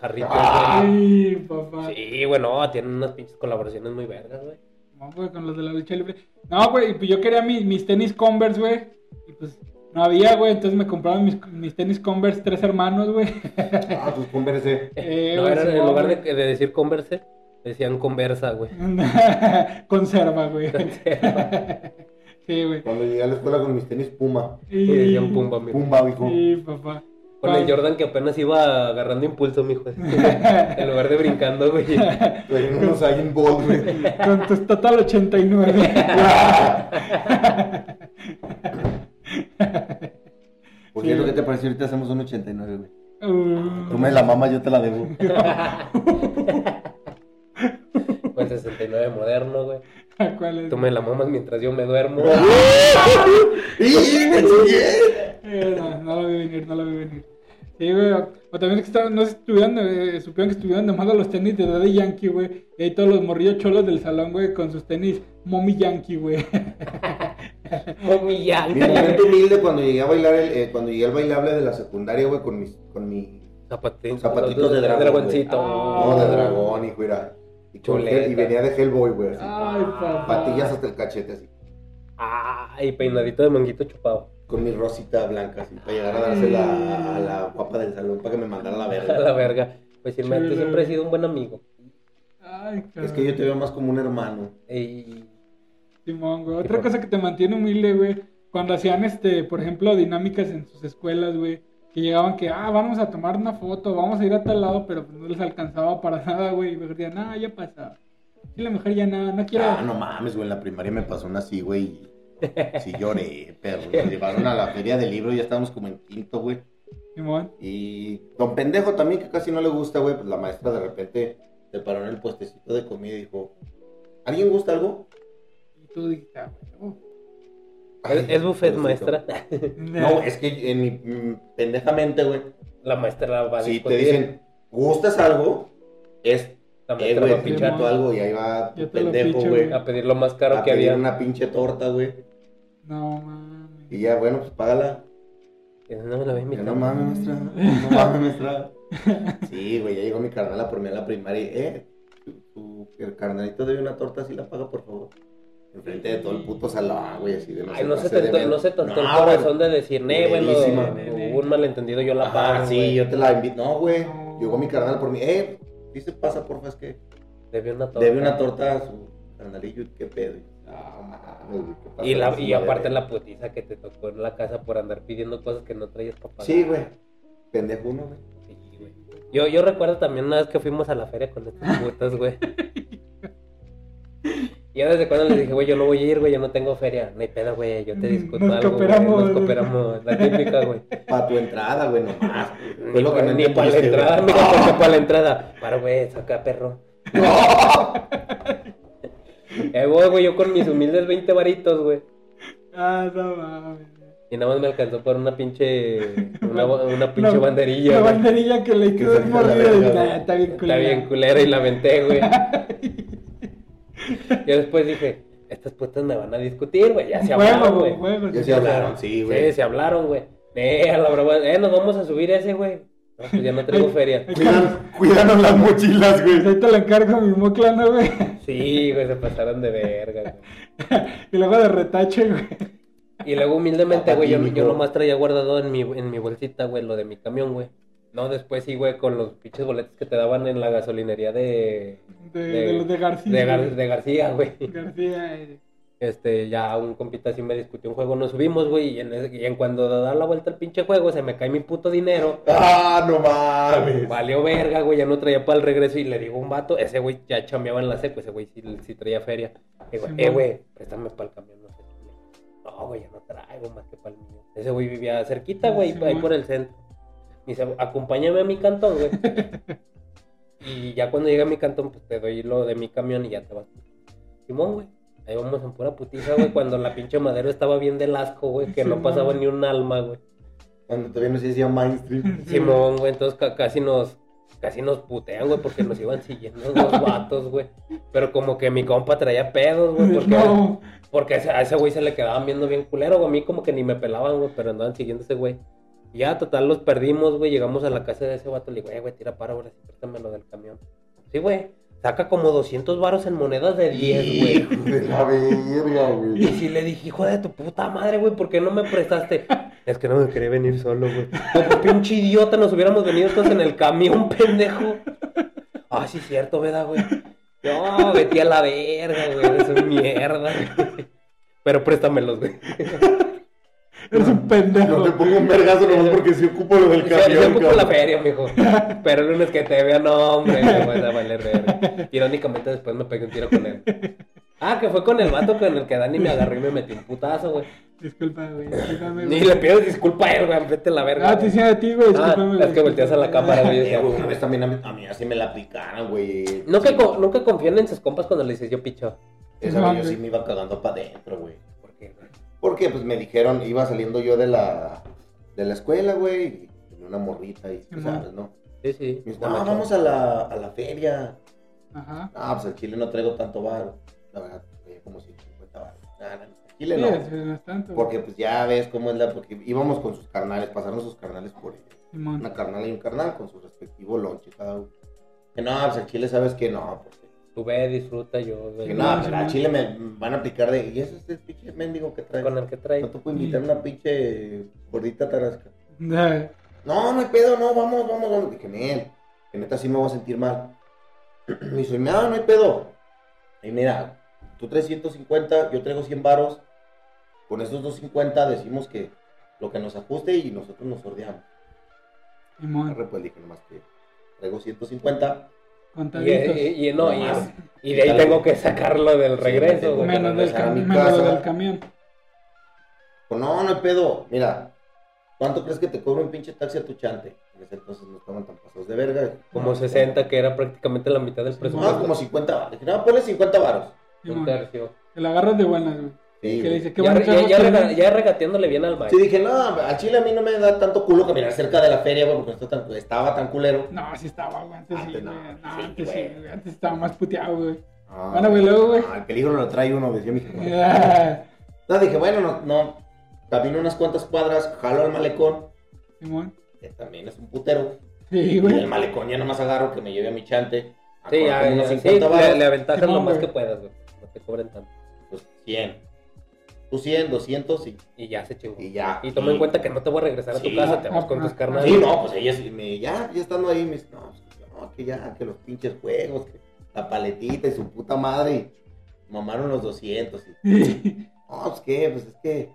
Speaker 2: Jarritos, güey.
Speaker 3: Ay, papá.
Speaker 2: Ah. Sí, güey, no, tienen unas pinches colaboraciones muy vergas, güey.
Speaker 3: No, güey, con los de la lucha libre. No, güey, y pues yo quería mi- mis tenis Converse, güey. Y pues no había, güey, entonces me compraron mis, mis tenis Converse tres hermanos,
Speaker 2: (laughs)
Speaker 3: güey.
Speaker 1: Ah, tus converse.
Speaker 3: Eh,
Speaker 2: No,
Speaker 3: güey,
Speaker 2: eran- en
Speaker 3: Simón,
Speaker 2: lugar de,
Speaker 3: güey.
Speaker 2: de decir converse, decían conversa, güey.
Speaker 3: (laughs) Conserva, güey. (laughs) sí, güey.
Speaker 1: Cuando llegué a la escuela con mis tenis Puma.
Speaker 2: Y decían pumba, mijo.
Speaker 1: Pumba, hijo.
Speaker 3: Sí, papá.
Speaker 2: Con el Jordan que apenas iba agarrando impulso, (laughs) mijo. en lugar de brincando, güey. Pues
Speaker 1: Traían (laughs) unos Agin Gold, (laughs) güey.
Speaker 3: Con tus
Speaker 2: (laughs)
Speaker 3: total 89.
Speaker 1: Por
Speaker 3: Sí,
Speaker 1: cierto,
Speaker 3: güey.
Speaker 1: ¿qué te pareció? Ahorita hacemos un 89, güey. Tú
Speaker 3: Uh,
Speaker 1: me la mamas, yo te la (laughs) debo.
Speaker 2: Con 69 moderno, güey.
Speaker 3: (laughs) ¿Cuál es?
Speaker 2: Tú me la mamas mientras yo me (laughs) duermo.
Speaker 1: ¡Y me chingué!
Speaker 3: Eh, no, no lo vi venir, no lo vi venir. Sí, güey. O, o también que estaban, no sé si estuvieron, eh, supieron que estuvieron de moda los tenis de Daddy Yankee, güey. Y ahí todos los morrillos cholos del salón, güey, con sus tenis Mommy Yankee, güey. (laughs)
Speaker 2: Mami, ya.
Speaker 1: Mi
Speaker 2: (laughs)
Speaker 1: momento humilde cuando llegué a bailar, el, eh, cuando llegué al bailable de la secundaria, güey, con mis, con mi,
Speaker 2: Zapatitos,
Speaker 1: Zapatitos de dragón,
Speaker 2: dragoncito.
Speaker 3: güey.
Speaker 1: no,
Speaker 3: Ah.
Speaker 1: de dragón, hijo, era. Y, con
Speaker 2: Chuleta.
Speaker 1: Hell- y venía de Hellboy, güey, así.
Speaker 3: Ay, papá.
Speaker 1: Patillas hasta el cachete, así.
Speaker 2: Ay, peinadito de manguito chupado. (laughs)
Speaker 1: Con mi rosita blanca, así, para llegar a dársela a la guapa del salón, para que me mandara la
Speaker 2: (laughs) A
Speaker 1: verga.
Speaker 2: la verga. Pues sí,
Speaker 3: Chulo.
Speaker 2: tú siempre has sido un buen amigo.
Speaker 3: Ay, cabrón.
Speaker 1: Es que yo te veo más como un hermano.
Speaker 2: Y
Speaker 3: Simón, güey. Otra cosa que te mantiene humilde, güey. Cuando hacían, este, por ejemplo, dinámicas en sus escuelas, güey. Que llegaban que, ah, vamos a tomar una foto, vamos a ir a tal lado, pero pues, no les alcanzaba para (laughs) nada, güey. Y mejor decían, ah, ya pasaba. Y la mujer ya nada, no quiero.
Speaker 1: Ah, no mames, güey, en la primaria me pasó una así, güey. y Sí lloré, perro.
Speaker 2: (laughs)
Speaker 1: Me llevaron a la feria del libro, ya estábamos como en quinto, güey.
Speaker 3: Simón.
Speaker 1: Y don pendejo también, que casi no le gusta, güey, pues la maestra de repente se paró en el puestecito de comida y dijo, ¿alguien gusta algo?
Speaker 3: Y tú dijiste, ah, güey.
Speaker 2: (laughs) es, es buffet,
Speaker 1: pobrecito.
Speaker 2: maestra. (laughs)
Speaker 1: No,
Speaker 2: eh.
Speaker 1: es que en mi mm, pendejamente, güey,
Speaker 2: La maestra va a
Speaker 1: si te
Speaker 2: discutir.
Speaker 1: dicen, ¿gustas algo? Es, eh,
Speaker 2: También te
Speaker 1: güey,
Speaker 2: la
Speaker 1: te
Speaker 3: pinchar.
Speaker 1: invito algo y ahí va
Speaker 3: Yo
Speaker 1: tu
Speaker 3: te lo
Speaker 1: pendejo,
Speaker 3: picho,
Speaker 1: güey.
Speaker 3: güey.
Speaker 2: A pedir lo más caro
Speaker 1: a
Speaker 2: que
Speaker 1: pedir
Speaker 2: había.
Speaker 1: una pinche torta, güey.
Speaker 3: No mames.
Speaker 1: Y ya, bueno, pues págala.
Speaker 2: Y No me la ves
Speaker 1: Ya,
Speaker 2: mi
Speaker 1: no mames,
Speaker 2: (laughs)
Speaker 1: maestra. No mames, maestra. Sí, güey, ya llegó mi carnala por mí a la primaria. y, Eh, tu, tu- el carnalito debe una torta, así la paga, por favor. Enfrente de todo el puto salón, güey, así de
Speaker 2: Ay, no se
Speaker 1: pase de
Speaker 2: tentó,
Speaker 1: ver-
Speaker 2: no se tentó el
Speaker 1: Pues, No, güey.
Speaker 2: corazón de decir, ne, bueno,
Speaker 1: Buenísima.
Speaker 2: hubo un malentendido, yo la
Speaker 1: Ajá,
Speaker 2: pago.
Speaker 1: sí,
Speaker 2: güey".
Speaker 1: yo te la invito. No, güey.
Speaker 3: No.
Speaker 1: Llegó mi carnal por mí. Eh, dice, pasa, porfa, es que
Speaker 2: Debí una torta.
Speaker 1: debe una torta a su carnalillo. y ¿Qué pedo? Ah, mames, güey, qué
Speaker 2: Y, la,
Speaker 1: pasada
Speaker 2: y
Speaker 1: su
Speaker 2: aparte
Speaker 1: madre.
Speaker 2: la putiza que te tocó en la casa por andar pidiendo cosas que no traías papá.
Speaker 1: Sí, güey. Pendejo uno, güey.
Speaker 2: Sí, güey. Yo, yo recuerdo también una vez que fuimos a la feria
Speaker 1: (laughs)
Speaker 2: con estos putos, güey. Yo desde cuando les dije, güey, yo no voy a ir, güey, yo no tengo feria. No hay pedo, güey, yo te discuto
Speaker 3: Nos
Speaker 2: algo. güey,
Speaker 3: cooperamos.
Speaker 2: Nos cooperamos, la típica, güey.
Speaker 1: Para tu entrada, güey, nomás.
Speaker 2: (laughs)
Speaker 1: Fue
Speaker 2: Ni,
Speaker 1: lo que
Speaker 2: pa-
Speaker 1: no
Speaker 2: ni para la
Speaker 1: entendiste, güey. (laughs)
Speaker 2: entrada, mira, porque para la entrada. Para, güey, saca perro. (laughs) Eh, voy, güey, yo con mis humildes 20 varitos, güey.
Speaker 3: Ah, no mames.
Speaker 2: Y nada más me alcanzó por una pinche. Una,
Speaker 3: (laughs)
Speaker 2: una pinche
Speaker 3: La-
Speaker 2: banderilla,
Speaker 3: La
Speaker 2: güey.
Speaker 3: banderilla que le quedó
Speaker 1: se
Speaker 3: el
Speaker 1: hizo la
Speaker 3: mordido.
Speaker 1: verga,
Speaker 3: Está
Speaker 1: güey.
Speaker 3: está bien
Speaker 2: Está
Speaker 3: culera.
Speaker 2: bien culera y la aventé, güey. Yo después dije, estas putas me van a discutir, güey. Ya se hablaron,
Speaker 3: Huevo,
Speaker 2: güey.
Speaker 3: huevo,
Speaker 1: Ya
Speaker 3: sí.
Speaker 1: se hablaron, sí,
Speaker 2: Sí,
Speaker 1: güey.
Speaker 2: se hablaron, güey. Eh, a la brava, eh, nos vamos a subir ese, güey. No, pues ya no traigo feria.
Speaker 1: Cuidan- cuidanos las mochilas, güey.
Speaker 3: Ahí te la encargo mi mocla, ¿no, güey? (laughs)
Speaker 2: Sí, güey, se pasaron de verga, güey.
Speaker 3: Y luego de retache, güey.
Speaker 2: Y luego humildemente, güey, yo,
Speaker 1: Patínico.
Speaker 2: yo nomás traía guardado en mi, en mi bolsita, güey, lo de mi camión, güey. No, después sí, güey, con los pinches boletos que te daban en la gasolinería de,
Speaker 3: De,
Speaker 2: De-
Speaker 3: de los de García.
Speaker 2: de, Gar-
Speaker 3: güey.
Speaker 2: de García, güey.
Speaker 3: García. eh.
Speaker 2: Este, ya un compita así me discutió un juego, nos subimos, güey, y en, ese- y en cuando da la vuelta al pinche juego, se me cae mi puto dinero.
Speaker 1: Ah, no mames.
Speaker 2: (laughs) Valió verga, güey, ya no traía para el regreso y le digo a un vato, ese güey ya chambeaba en la seco, ese güey sí, sí traía feria. Le Digo,
Speaker 3: Sí,
Speaker 2: eh,
Speaker 3: man.
Speaker 2: güey, préstame para el camión, no sé. No, güey, ya no traigo más que para el mío. Ese güey vivía cerquita, güey,
Speaker 3: Sí,
Speaker 2: ahí
Speaker 3: man.
Speaker 2: por el centro. Me dice, acompáñame a mi cantón, güey. y ya cuando llegue a mi cantón, pues te doy lo de mi camión y ya te vas. Simón, güey. Ahí vamos en pura putiza, güey, cuando la pinche madera estaba bien del asco, güey, que
Speaker 3: Sí,
Speaker 2: no
Speaker 3: man.
Speaker 2: pasaba ni un alma, güey.
Speaker 1: Cuando todavía no se decía mainstream.
Speaker 2: (laughs) Simón, güey, entonces ca- casi nos casi nos putean, güey, porque nos iban siguiendo dos vatos, güey. Pero como que mi compa traía pedos, güey, porque,
Speaker 3: No,
Speaker 2: porque a ese- a ese güey se le quedaban viendo bien culero, güey. A mí como que ni me pelaban, güey, pero andaban siguiendo ese güey. Y Ya, total, los perdimos, güey. Llegamos a la casa de ese vato. Le digo, "Eh, güey, tira para ahora, sí, préstame lo del camión. Sí, güey. Saca como 200 varos en monedas de 10, güey.
Speaker 1: Hijo de la verga,
Speaker 2: Y
Speaker 1: güey.
Speaker 2: si le dije, hijo de tu puta madre, güey, ¿por qué no me prestaste? (laughs) Es que no me quería venir solo, güey. Como pinche idiota, nos hubiéramos venido todos en el camión, (laughs) pendejo. Ah, sí, cierto, ¿verdad, güey? No, vete a la verga, güey, eres un mierda, güey. Pero préstamelos, (laughs) güey.
Speaker 3: eres un pendejo.
Speaker 1: No te pongo un vergazo nomás porque si ocupo lo del
Speaker 2: Se, se
Speaker 1: camión,
Speaker 2: ocupa la
Speaker 1: cabrón.
Speaker 2: feria, mijo. Pero el lunes que te vea, no, hombre, me vas a valer verga. Irónicamente, después me pegué un tiro con él. Ah, que fue con el vato con el que Dani me agarró y me metió un putazo, güey.
Speaker 3: (laughs) Disculpa, güey. Discúlpame,
Speaker 2: Ni
Speaker 3: güey.
Speaker 2: le pido disculpa a él, güey. Vete a la verga.
Speaker 3: Ah, te hicieron a ti, güey.
Speaker 2: Ah,
Speaker 3: Discúlpame,
Speaker 2: es que volteas a la cámara, güey.
Speaker 1: Eh, güey, Una vez también a mí, a mí así me la picaron, güey.
Speaker 2: Nunca, co- nunca confían en sus compas cuando le dices yo picho.
Speaker 1: Esa vez yo
Speaker 3: Mames.
Speaker 1: sí me iba cagando para adentro, güey.
Speaker 2: ¿Por qué, güey?
Speaker 1: Porque pues me dijeron, iba saliendo yo de la, de la escuela, güey, y tenía una morrita y tú
Speaker 3: Simón.
Speaker 1: sabes, ¿no?
Speaker 2: Sí, sí.
Speaker 1: Me dice, no, vamos a la, a la feria.
Speaker 3: Ajá.
Speaker 1: Ah, pues al chile no traigo tanto bar. La verdad, traía como 150 bar. Nah, nah, al chile
Speaker 3: Sí,
Speaker 1: no.
Speaker 3: es- no es tanto. güey.
Speaker 1: Porque pues ya ves cómo es la... Porque íbamos con sus carnales, pasaron sus carnales por
Speaker 3: Simón.
Speaker 1: una carnal y un carnal con su respectivo lonche cada uno. Que no, pues al chile sabes que no. Porque,
Speaker 2: Tú ve, disfruta, yo. güey.
Speaker 1: que
Speaker 3: Sí,
Speaker 1: no,
Speaker 3: no,
Speaker 1: pues,
Speaker 3: sí,
Speaker 1: al
Speaker 3: no.
Speaker 1: chile me van a aplicar de... Y ese es el pinche mendigo que trae.
Speaker 2: Con
Speaker 1: No
Speaker 2: el que trae.
Speaker 1: te puedo invitar una pinche gordita tarasca.
Speaker 3: Ya,
Speaker 1: No, no hay pedo, no, vamos, vamos, vamos. Dije, men, que neta sí me voy a sentir mal. (clears throat) Me dice, no, no hay pedo. Y mira, tú traes 150, yo traigo 100 varos. Con esos 250 decimos que lo que nos ajuste y nosotros nos ordeamos.
Speaker 3: (laughs) Simón.
Speaker 1: Arre, pues dije, nomás que traigo 150.
Speaker 2: Y, eh,
Speaker 3: Contaditos.
Speaker 2: y, y no, y,
Speaker 1: nomás.
Speaker 2: y de ahí tengo que sacarlo del regreso, güey.
Speaker 3: Menos del,
Speaker 1: regresar a
Speaker 3: cam-
Speaker 1: mi
Speaker 3: menos
Speaker 1: casa.
Speaker 3: del camión.
Speaker 1: Pues, no, no hay pedo. Mira, ¿cuánto crees que te cobra un pinche taxi a tu chante? En ese entonces no estaban tan pasados de verga.
Speaker 2: Como 60, que era prácticamente la mitad del
Speaker 3: Sí,
Speaker 1: No,
Speaker 2: presupuesto.
Speaker 1: como 50 varos. Dije, no, ponle 50 varos.
Speaker 2: Un
Speaker 3: Simón.
Speaker 2: tercio.
Speaker 3: Te la agarras de buenas, güey.
Speaker 1: Sí,
Speaker 3: Que le
Speaker 1: güey.
Speaker 3: dice, qué
Speaker 2: Ya,
Speaker 3: bonito.
Speaker 2: ya- ya
Speaker 3: rostro,
Speaker 2: rega-
Speaker 3: güey".
Speaker 2: ya regateándole bien al
Speaker 1: Sí,
Speaker 2: maestro.
Speaker 1: dije, no, al chile a mí no me da tanto culo caminar cerca de la feria, güey, porque no está tan- estaba tan culero.
Speaker 3: No, sí estaba, güey. Antes sí,
Speaker 1: Antes
Speaker 3: güey.
Speaker 1: no,
Speaker 3: No,
Speaker 1: sí,
Speaker 3: antes sí,
Speaker 1: güey.
Speaker 3: güey. Antes estaba más puteado, güey.
Speaker 1: Ah,
Speaker 3: Bueno, güey, luego, güey.
Speaker 1: ah, el peligro lo trae uno, decía mi jefe.
Speaker 3: Ah,
Speaker 1: No, dije, bueno, no, no. Camino unas cuantas cuadras, jalo al malecón,
Speaker 3: Simón.
Speaker 1: que también es un putero.
Speaker 3: Sí,
Speaker 1: Y el
Speaker 3: güey.
Speaker 1: malecón ya nomás agarro que me lleve a mi chante. a
Speaker 2: Sí,
Speaker 1: cobrar
Speaker 2: ya,
Speaker 1: como
Speaker 2: ya,
Speaker 1: unos
Speaker 2: sí,
Speaker 1: 50
Speaker 2: le,
Speaker 1: baros,
Speaker 2: le aventajas
Speaker 3: Simón,
Speaker 2: lo más
Speaker 3: güey.
Speaker 2: que puedas, güey. No te cobren tanto.
Speaker 1: pues 100. Tú 100, 200 y...
Speaker 2: Y ya se chingó.
Speaker 1: Y ya.
Speaker 2: Y toma en cuenta que no te voy a regresar a tu
Speaker 1: Sí.
Speaker 2: casa, te vas con tus
Speaker 3: Ah,
Speaker 2: carnales.
Speaker 1: Sí, no, pues ella sí me... Ya, ya estando ahí, me dice, no, pues, no, que ya, que los pinches juegos, que la paletita y su puta madre. Y mamaron los 200 y... No, pues qué, pues es que,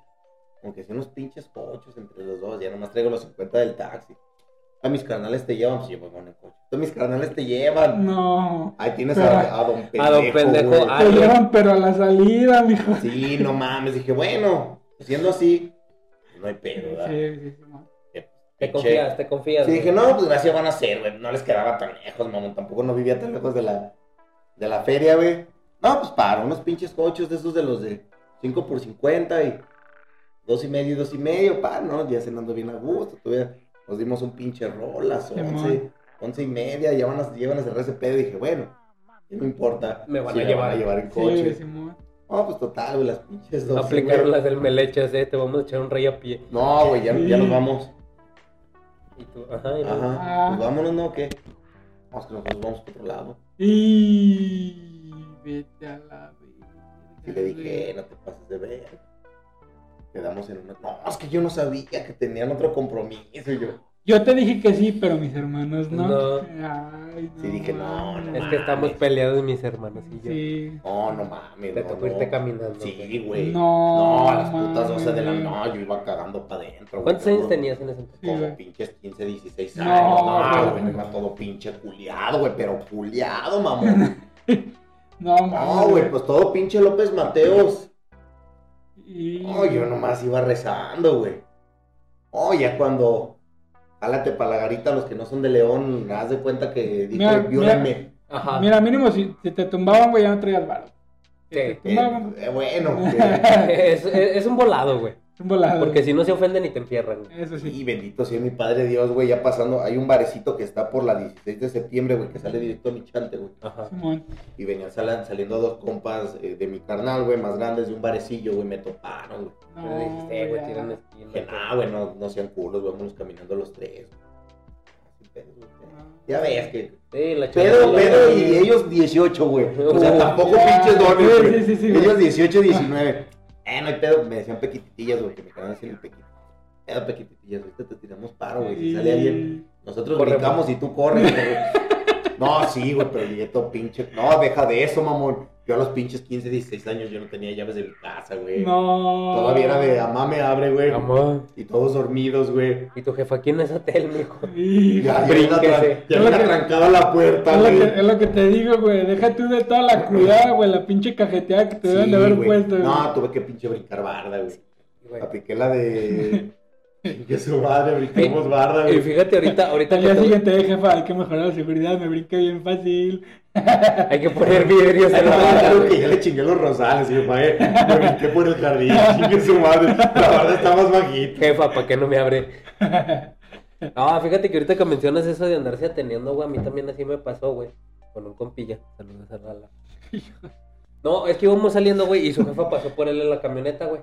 Speaker 1: aunque sean unos pinches cochos entre los dos, ya nomás traigo los 50 del taxi. A mis carnales te llevan, pues yo me pongo en el coche. A mis carnales te llevan.
Speaker 3: No.
Speaker 1: Ahí tienes
Speaker 3: Pero-
Speaker 1: a, a don pendejo.
Speaker 2: don pendejo,
Speaker 1: güey.
Speaker 2: ah.
Speaker 3: Te llevan, pero a la salida, mijo. Sí,
Speaker 1: Sí, no mames. Dije, bueno, siendo así, pues, no hay pedo, ¿verdad?
Speaker 3: sí, Simón.
Speaker 2: Te
Speaker 1: Pinche-
Speaker 2: confías, te confías.
Speaker 1: Sí,
Speaker 2: güey.
Speaker 1: dije, no, pues gracias van a ser, güey. No les quedaba tan lejos, mamón. Tampoco no vivía tan lejos de la, de la feria, güey. No, pues para, unos pinches cochos de esos de los de 5 por 50 y dos y medio y dos y medio, pa, ¿no? Ya cenando bien a gusto. Todavía nos dimos un pinche rolas,
Speaker 3: Simón.
Speaker 1: 11, 11 y media, ya van a, ya van a cerrar ese pedo. Y dije, bueno, no importa.
Speaker 2: Me van
Speaker 1: si
Speaker 2: a
Speaker 1: Van a
Speaker 2: llevar.
Speaker 1: llevar en
Speaker 3: Sí,
Speaker 1: coche.
Speaker 3: güey, Simón.
Speaker 1: No, pues total, güey, las pinches dos.
Speaker 2: Aplicaron las del melechas, eh, te vamos a echar un rey a pie.
Speaker 1: No, güey, ya, ya nos vamos.
Speaker 2: Y tú, ajá, y luego-
Speaker 1: Ajá.
Speaker 3: Ah.
Speaker 1: Pues vámonos, ¿no? ¿Qué? Vamos, que nosotros vamos por otro lado.
Speaker 3: Y vete a la verga,
Speaker 1: Y le dije,
Speaker 3: güey.
Speaker 1: "Eh, no te pases de ver. Quedamos en una. No, es que yo no sabía que tenían otro compromiso. Y yo,
Speaker 3: Yo te dije que sí, pero mis hermanos no.
Speaker 2: No.
Speaker 3: Ay, no
Speaker 1: Sí, dije, no, no
Speaker 2: Es que estamos peleados mis hermanos y yo.
Speaker 3: Sí.
Speaker 1: no, no mames.
Speaker 2: Te
Speaker 1: no,
Speaker 2: tocó
Speaker 1: no".
Speaker 2: irte caminando.
Speaker 1: Sí,
Speaker 2: güey.
Speaker 1: güey.
Speaker 3: No,
Speaker 1: No, a las putas 12 de la
Speaker 3: mames.
Speaker 1: noche. Yo iba cagando para adentro.
Speaker 2: ¿Cuántos años tenías en ese entonces?
Speaker 3: Sí,
Speaker 1: Como
Speaker 3: güey.
Speaker 1: pinches 15, 16
Speaker 3: No,
Speaker 1: años. No,
Speaker 3: güey.
Speaker 1: güey. Iba todo pinche culiado, güey. Pero culiado,
Speaker 3: (laughs)
Speaker 1: mamón.
Speaker 3: No,
Speaker 1: No, güey. Pues todo pinche López Mateos.
Speaker 3: Y...
Speaker 1: No, Oh, yo nomás iba rezando, güey. Oh, ya cuando. Álate para la garita, los que no son de León, haz de cuenta que dijo,
Speaker 3: Mira,
Speaker 1: viólenme.
Speaker 2: Ajá.
Speaker 3: Mira, mínimo, si, si te tumbaban, güey, ya no traías varo. Si
Speaker 2: Sí. (laughs)
Speaker 3: te
Speaker 1: Eh,
Speaker 3: tumbaban,
Speaker 1: eh,
Speaker 3: (laughs)
Speaker 1: bueno, que-
Speaker 2: Es, es- es un volado, güey.
Speaker 3: un volado.
Speaker 2: Porque si no se ofenden y te entierran. güey.
Speaker 3: Eso sí.
Speaker 1: y bendito sea mi padre Dios, güey, ya pasando, hay un barecito que está por la 16 de septiembre, güey, que sale directo a mi chante, güey.
Speaker 2: Ajá.
Speaker 3: Simón.
Speaker 1: Y venían sala- saliendo dos compas eh, de mi carnal, güey, más grandes de un barecillo, güey, me toparon, güey.
Speaker 3: No,
Speaker 2: Yo le dije, "Sí, güey,
Speaker 3: ya.
Speaker 2: tira una esquina.
Speaker 1: Dije, nah, güey, no, no sean culos, vámonos caminando los tres. güey".
Speaker 3: No.
Speaker 1: Ya ves que
Speaker 2: Sí, la
Speaker 1: Pedro,
Speaker 2: chingada.
Speaker 1: Pedro y eh. ellos 18, güey. O sea,
Speaker 2: Oh,
Speaker 1: tampoco
Speaker 3: ya.
Speaker 1: pinches dones, güey.
Speaker 3: Sí, sí, sí, güey.
Speaker 1: ellos 18, 19. Eh, no hay pedo. Me decían pequititillas, güey, que me quedaban haciendo el pequito. Pedo pequititillas, ahorita te tiramos paro, güey. Si sale alguien, nosotros
Speaker 2: Corremos.
Speaker 1: brincamos y tú corres, güey. No, sí, güey, pero llegué todo pinche. No, deja de eso, mamón. Yo a los pinches 15, 16 años yo no tenía llaves de mi casa, güey.
Speaker 3: No.
Speaker 1: Todavía era de mamá me abre, güey.
Speaker 2: Amor.
Speaker 1: Y todos dormidos, güey.
Speaker 2: ¿Y tu jefa quién es hotel, mijo?
Speaker 3: Y-
Speaker 1: Ya, ya habían
Speaker 2: Brínquese.
Speaker 1: atran- ya habían arrancado la puerta,
Speaker 3: Es lo,
Speaker 1: güey.
Speaker 3: que, es lo que te digo, güey. Deja tú de toda la cuidada, güey. La pinche cajeteada que te
Speaker 1: Sí,
Speaker 3: deben de haber
Speaker 1: güey.
Speaker 3: puesto, güey.
Speaker 1: No, tuve que pinche brincar barda, güey.
Speaker 2: Güey.
Speaker 1: Apliqué la
Speaker 2: (laughs)
Speaker 1: de. Que su madre, brincamos barda,
Speaker 2: Y
Speaker 1: güey.
Speaker 2: fíjate ahorita, ahorita
Speaker 3: Al
Speaker 2: que
Speaker 3: día
Speaker 2: todo-
Speaker 3: siguiente, eh, jefa, hay que mejorar la seguridad. Me brinca bien fácil. (laughs)
Speaker 2: hay que poner vidrios
Speaker 1: Ay,
Speaker 2: en
Speaker 1: no,
Speaker 2: la barda,
Speaker 1: claro
Speaker 2: güey.
Speaker 1: que ya le chingué los rosales, y yo, "Mae, Me brinqué por el jardín, (laughs) chingue su madre. La barda está más bajita.
Speaker 2: Jefa, ¿para qué no me abre? Ah, fíjate que ahorita que mencionas eso de andarse ateniendo, güey, a mí también así me pasó, güey. Con un compilla. Saludos a
Speaker 3: (laughs)
Speaker 2: Lala. No, es que íbamos saliendo, güey, y su jefa pasó por él en la camioneta, güey.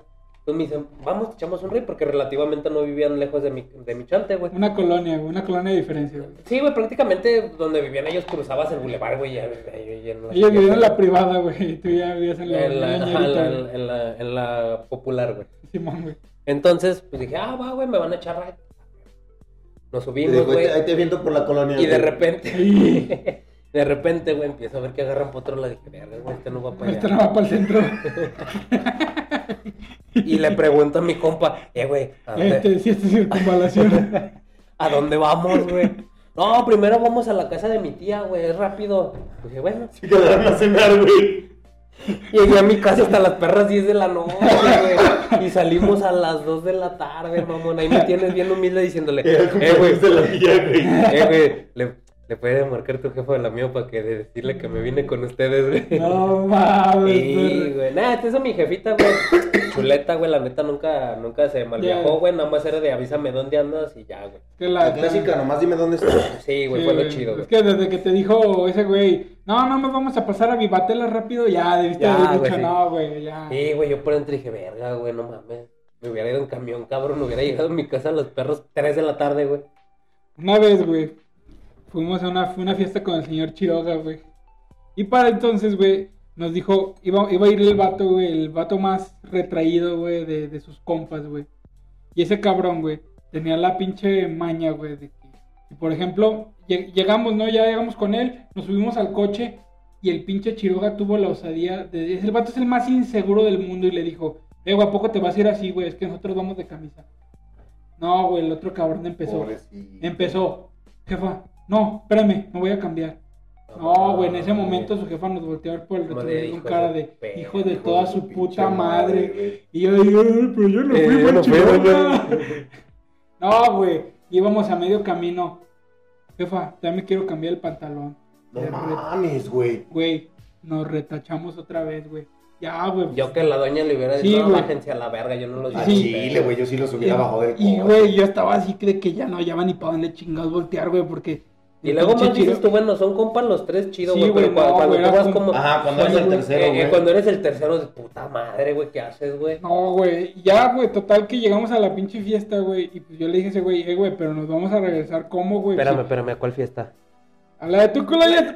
Speaker 2: Entonces me dicen, vamos, te echamos un rey, porque relativamente no vivían lejos de mi, de mi chante, güey.
Speaker 3: Una colonia, güey. Una colonia de diferencia, güey.
Speaker 2: Sí, güey, prácticamente donde vivían ellos cruzabas el bulevar, güey. ya- ya- ya- ya no-
Speaker 3: Ellos vivían en la privada, güey. y Tú ya vivías en la,
Speaker 2: en la,
Speaker 3: en la
Speaker 2: ajá, en
Speaker 3: ñerita,
Speaker 2: la-
Speaker 3: güey.
Speaker 2: en la- en la popular, güey.
Speaker 3: Simón, güey.
Speaker 2: Entonces, pues dije, ah, va, güey, me van a echar ride". Nos
Speaker 1: Y
Speaker 2: subimos,
Speaker 1: dijo,
Speaker 2: güey.
Speaker 1: Ahí te viento por la colonia.
Speaker 2: Y de
Speaker 1: güey".
Speaker 2: repente, (laughs) de repente, güey, empiezo a ver que agarran por otro lado. Dije, verga, güey, este no va para
Speaker 3: Esto
Speaker 2: allá.
Speaker 3: no va para el centro.
Speaker 2: (laughs) Y le pregunto a mi compa, eh, güey, ¿a
Speaker 3: Este,
Speaker 2: dónde,
Speaker 3: sí, este es circunvalación.
Speaker 2: a dónde vamos,
Speaker 3: (laughs)
Speaker 2: güey? No, primero vamos a la casa de mi tía, güey, es rápido. Dije, bueno.
Speaker 1: Se quedaron a cenar, güey.
Speaker 2: Llegué a mi casa hasta las perras 10 de la noche,
Speaker 3: (laughs)
Speaker 2: güey. Y salimos a las 2 de la tarde, mamón. Ahí me tienes bien humilde diciéndole,
Speaker 1: Era
Speaker 2: eh,
Speaker 1: como
Speaker 2: güey,
Speaker 1: de la tía,
Speaker 2: (laughs)
Speaker 1: güey.
Speaker 2: Eh, güey, le, le puede marcar tu jefa de la mía para que de- decirle que me vine con ustedes, güey.
Speaker 3: No mames.
Speaker 2: Sí,
Speaker 3: perro. (coughs)
Speaker 2: güey. Nada, esta es mi jefita, güey. chuleta, güey, la neta nunca, nunca se mal
Speaker 3: Ya.
Speaker 2: viajó, güey. Nada más era de avísame dónde andas y ya, güey.
Speaker 3: Que la,
Speaker 1: La clásica, nomás dime dónde estás.
Speaker 2: Sí, güey,
Speaker 3: Sí,
Speaker 2: fue lo
Speaker 3: güey.
Speaker 2: chido, güey.
Speaker 3: Es que desde que te dijo ese güey, no, no nos vamos a pasar a Vivatela rápido, ya debiste
Speaker 2: Ya,
Speaker 3: haber
Speaker 2: güey,
Speaker 3: dicho,
Speaker 2: sí.
Speaker 3: no, güey, ya.
Speaker 2: Sí, güey, yo por dentro dije, verga, güey, no mames. Me hubiera ido en camión, cabrón. Hubiera llegado a mi casa a los perros 3 de la tarde, güey.
Speaker 3: Una vez, güey, fuimos a una, una fiesta con el señor Chiroga, güey. Y para entonces, güey, nos dijo, iba, iba a ir el vato, güey, el vato más retraído, güey, de, de sus compas, güey. Y ese cabrón, güey, tenía la pinche maña, güey, de que, que, por ejemplo, lleg- llegamos, ¿no? Ya llegamos con él, nos subimos al coche y el pinche Chiroga tuvo la osadía de... es- El vato es el más inseguro del mundo y le dijo, eh, güey, ¿a poco te vas a ir así, güey? Es que nosotros vamos de camisa. No, güey, el otro cabrón empezó.
Speaker 1: Pobrecito.
Speaker 3: Empezó, jefa, no, espérame, me voy a cambiar. No, güey, en ese momento su jefa nos volteó a ver por el
Speaker 2: Ah, Como
Speaker 3: otro
Speaker 2: de
Speaker 3: lado con
Speaker 2: hijo
Speaker 3: cara
Speaker 2: de
Speaker 3: de
Speaker 2: perro,
Speaker 3: hijo de
Speaker 1: Hijo
Speaker 3: toda
Speaker 1: de
Speaker 3: su
Speaker 1: pinche
Speaker 3: puta madre.
Speaker 2: (laughs)
Speaker 1: güey.
Speaker 3: Y yo dije, "Ay, pero yo no
Speaker 2: Eh,
Speaker 3: fui,
Speaker 2: yo no fui,
Speaker 3: manchilona".
Speaker 1: güey.
Speaker 3: (laughs) No, güey, íbamos a medio camino. Jefa, ya me quiero cambiar el pantalón.
Speaker 1: No mames, güey.
Speaker 3: Güey, nos retachamos otra vez, güey. Ya, güey.
Speaker 2: Yo que la doña le hubiera
Speaker 3: Sí,
Speaker 2: dicho, no,
Speaker 3: güey.
Speaker 2: bájense a la verga, yo no los
Speaker 1: Al
Speaker 3: Sí.
Speaker 1: chile, güey, yo sí los
Speaker 3: Y-
Speaker 1: hubiera bajado del
Speaker 3: Y,
Speaker 1: coche.
Speaker 3: güey, yo estaba así de que ya no hallaba ni para dónde chingados voltear, güey, porque...
Speaker 2: Y luego
Speaker 3: pinche
Speaker 2: más dices
Speaker 3: Chiroga-
Speaker 2: tú, bueno, son compas los tres chidos,
Speaker 3: Sí,
Speaker 2: güey, pero
Speaker 3: güey,
Speaker 2: cuando,
Speaker 3: no,
Speaker 2: cuando
Speaker 3: güey,
Speaker 2: tú
Speaker 3: era
Speaker 2: vas
Speaker 3: como-
Speaker 2: como...
Speaker 1: Ajá, cuando eres el tercero,
Speaker 2: Eh, eh,
Speaker 1: güey.
Speaker 2: cuando eres el tercero, de puta madre, güey, ¿qué haces, güey?
Speaker 3: No, güey, ya, güey, total que llegamos a la pinche fiesta, güey, y pues yo le dije a ese güey, eh, güey, pero nos vamos a regresar, ¿cómo, güey?
Speaker 2: Espérame,
Speaker 3: Sí.
Speaker 2: espérame, ¿a cuál fiesta?
Speaker 3: A la de tu culo ya...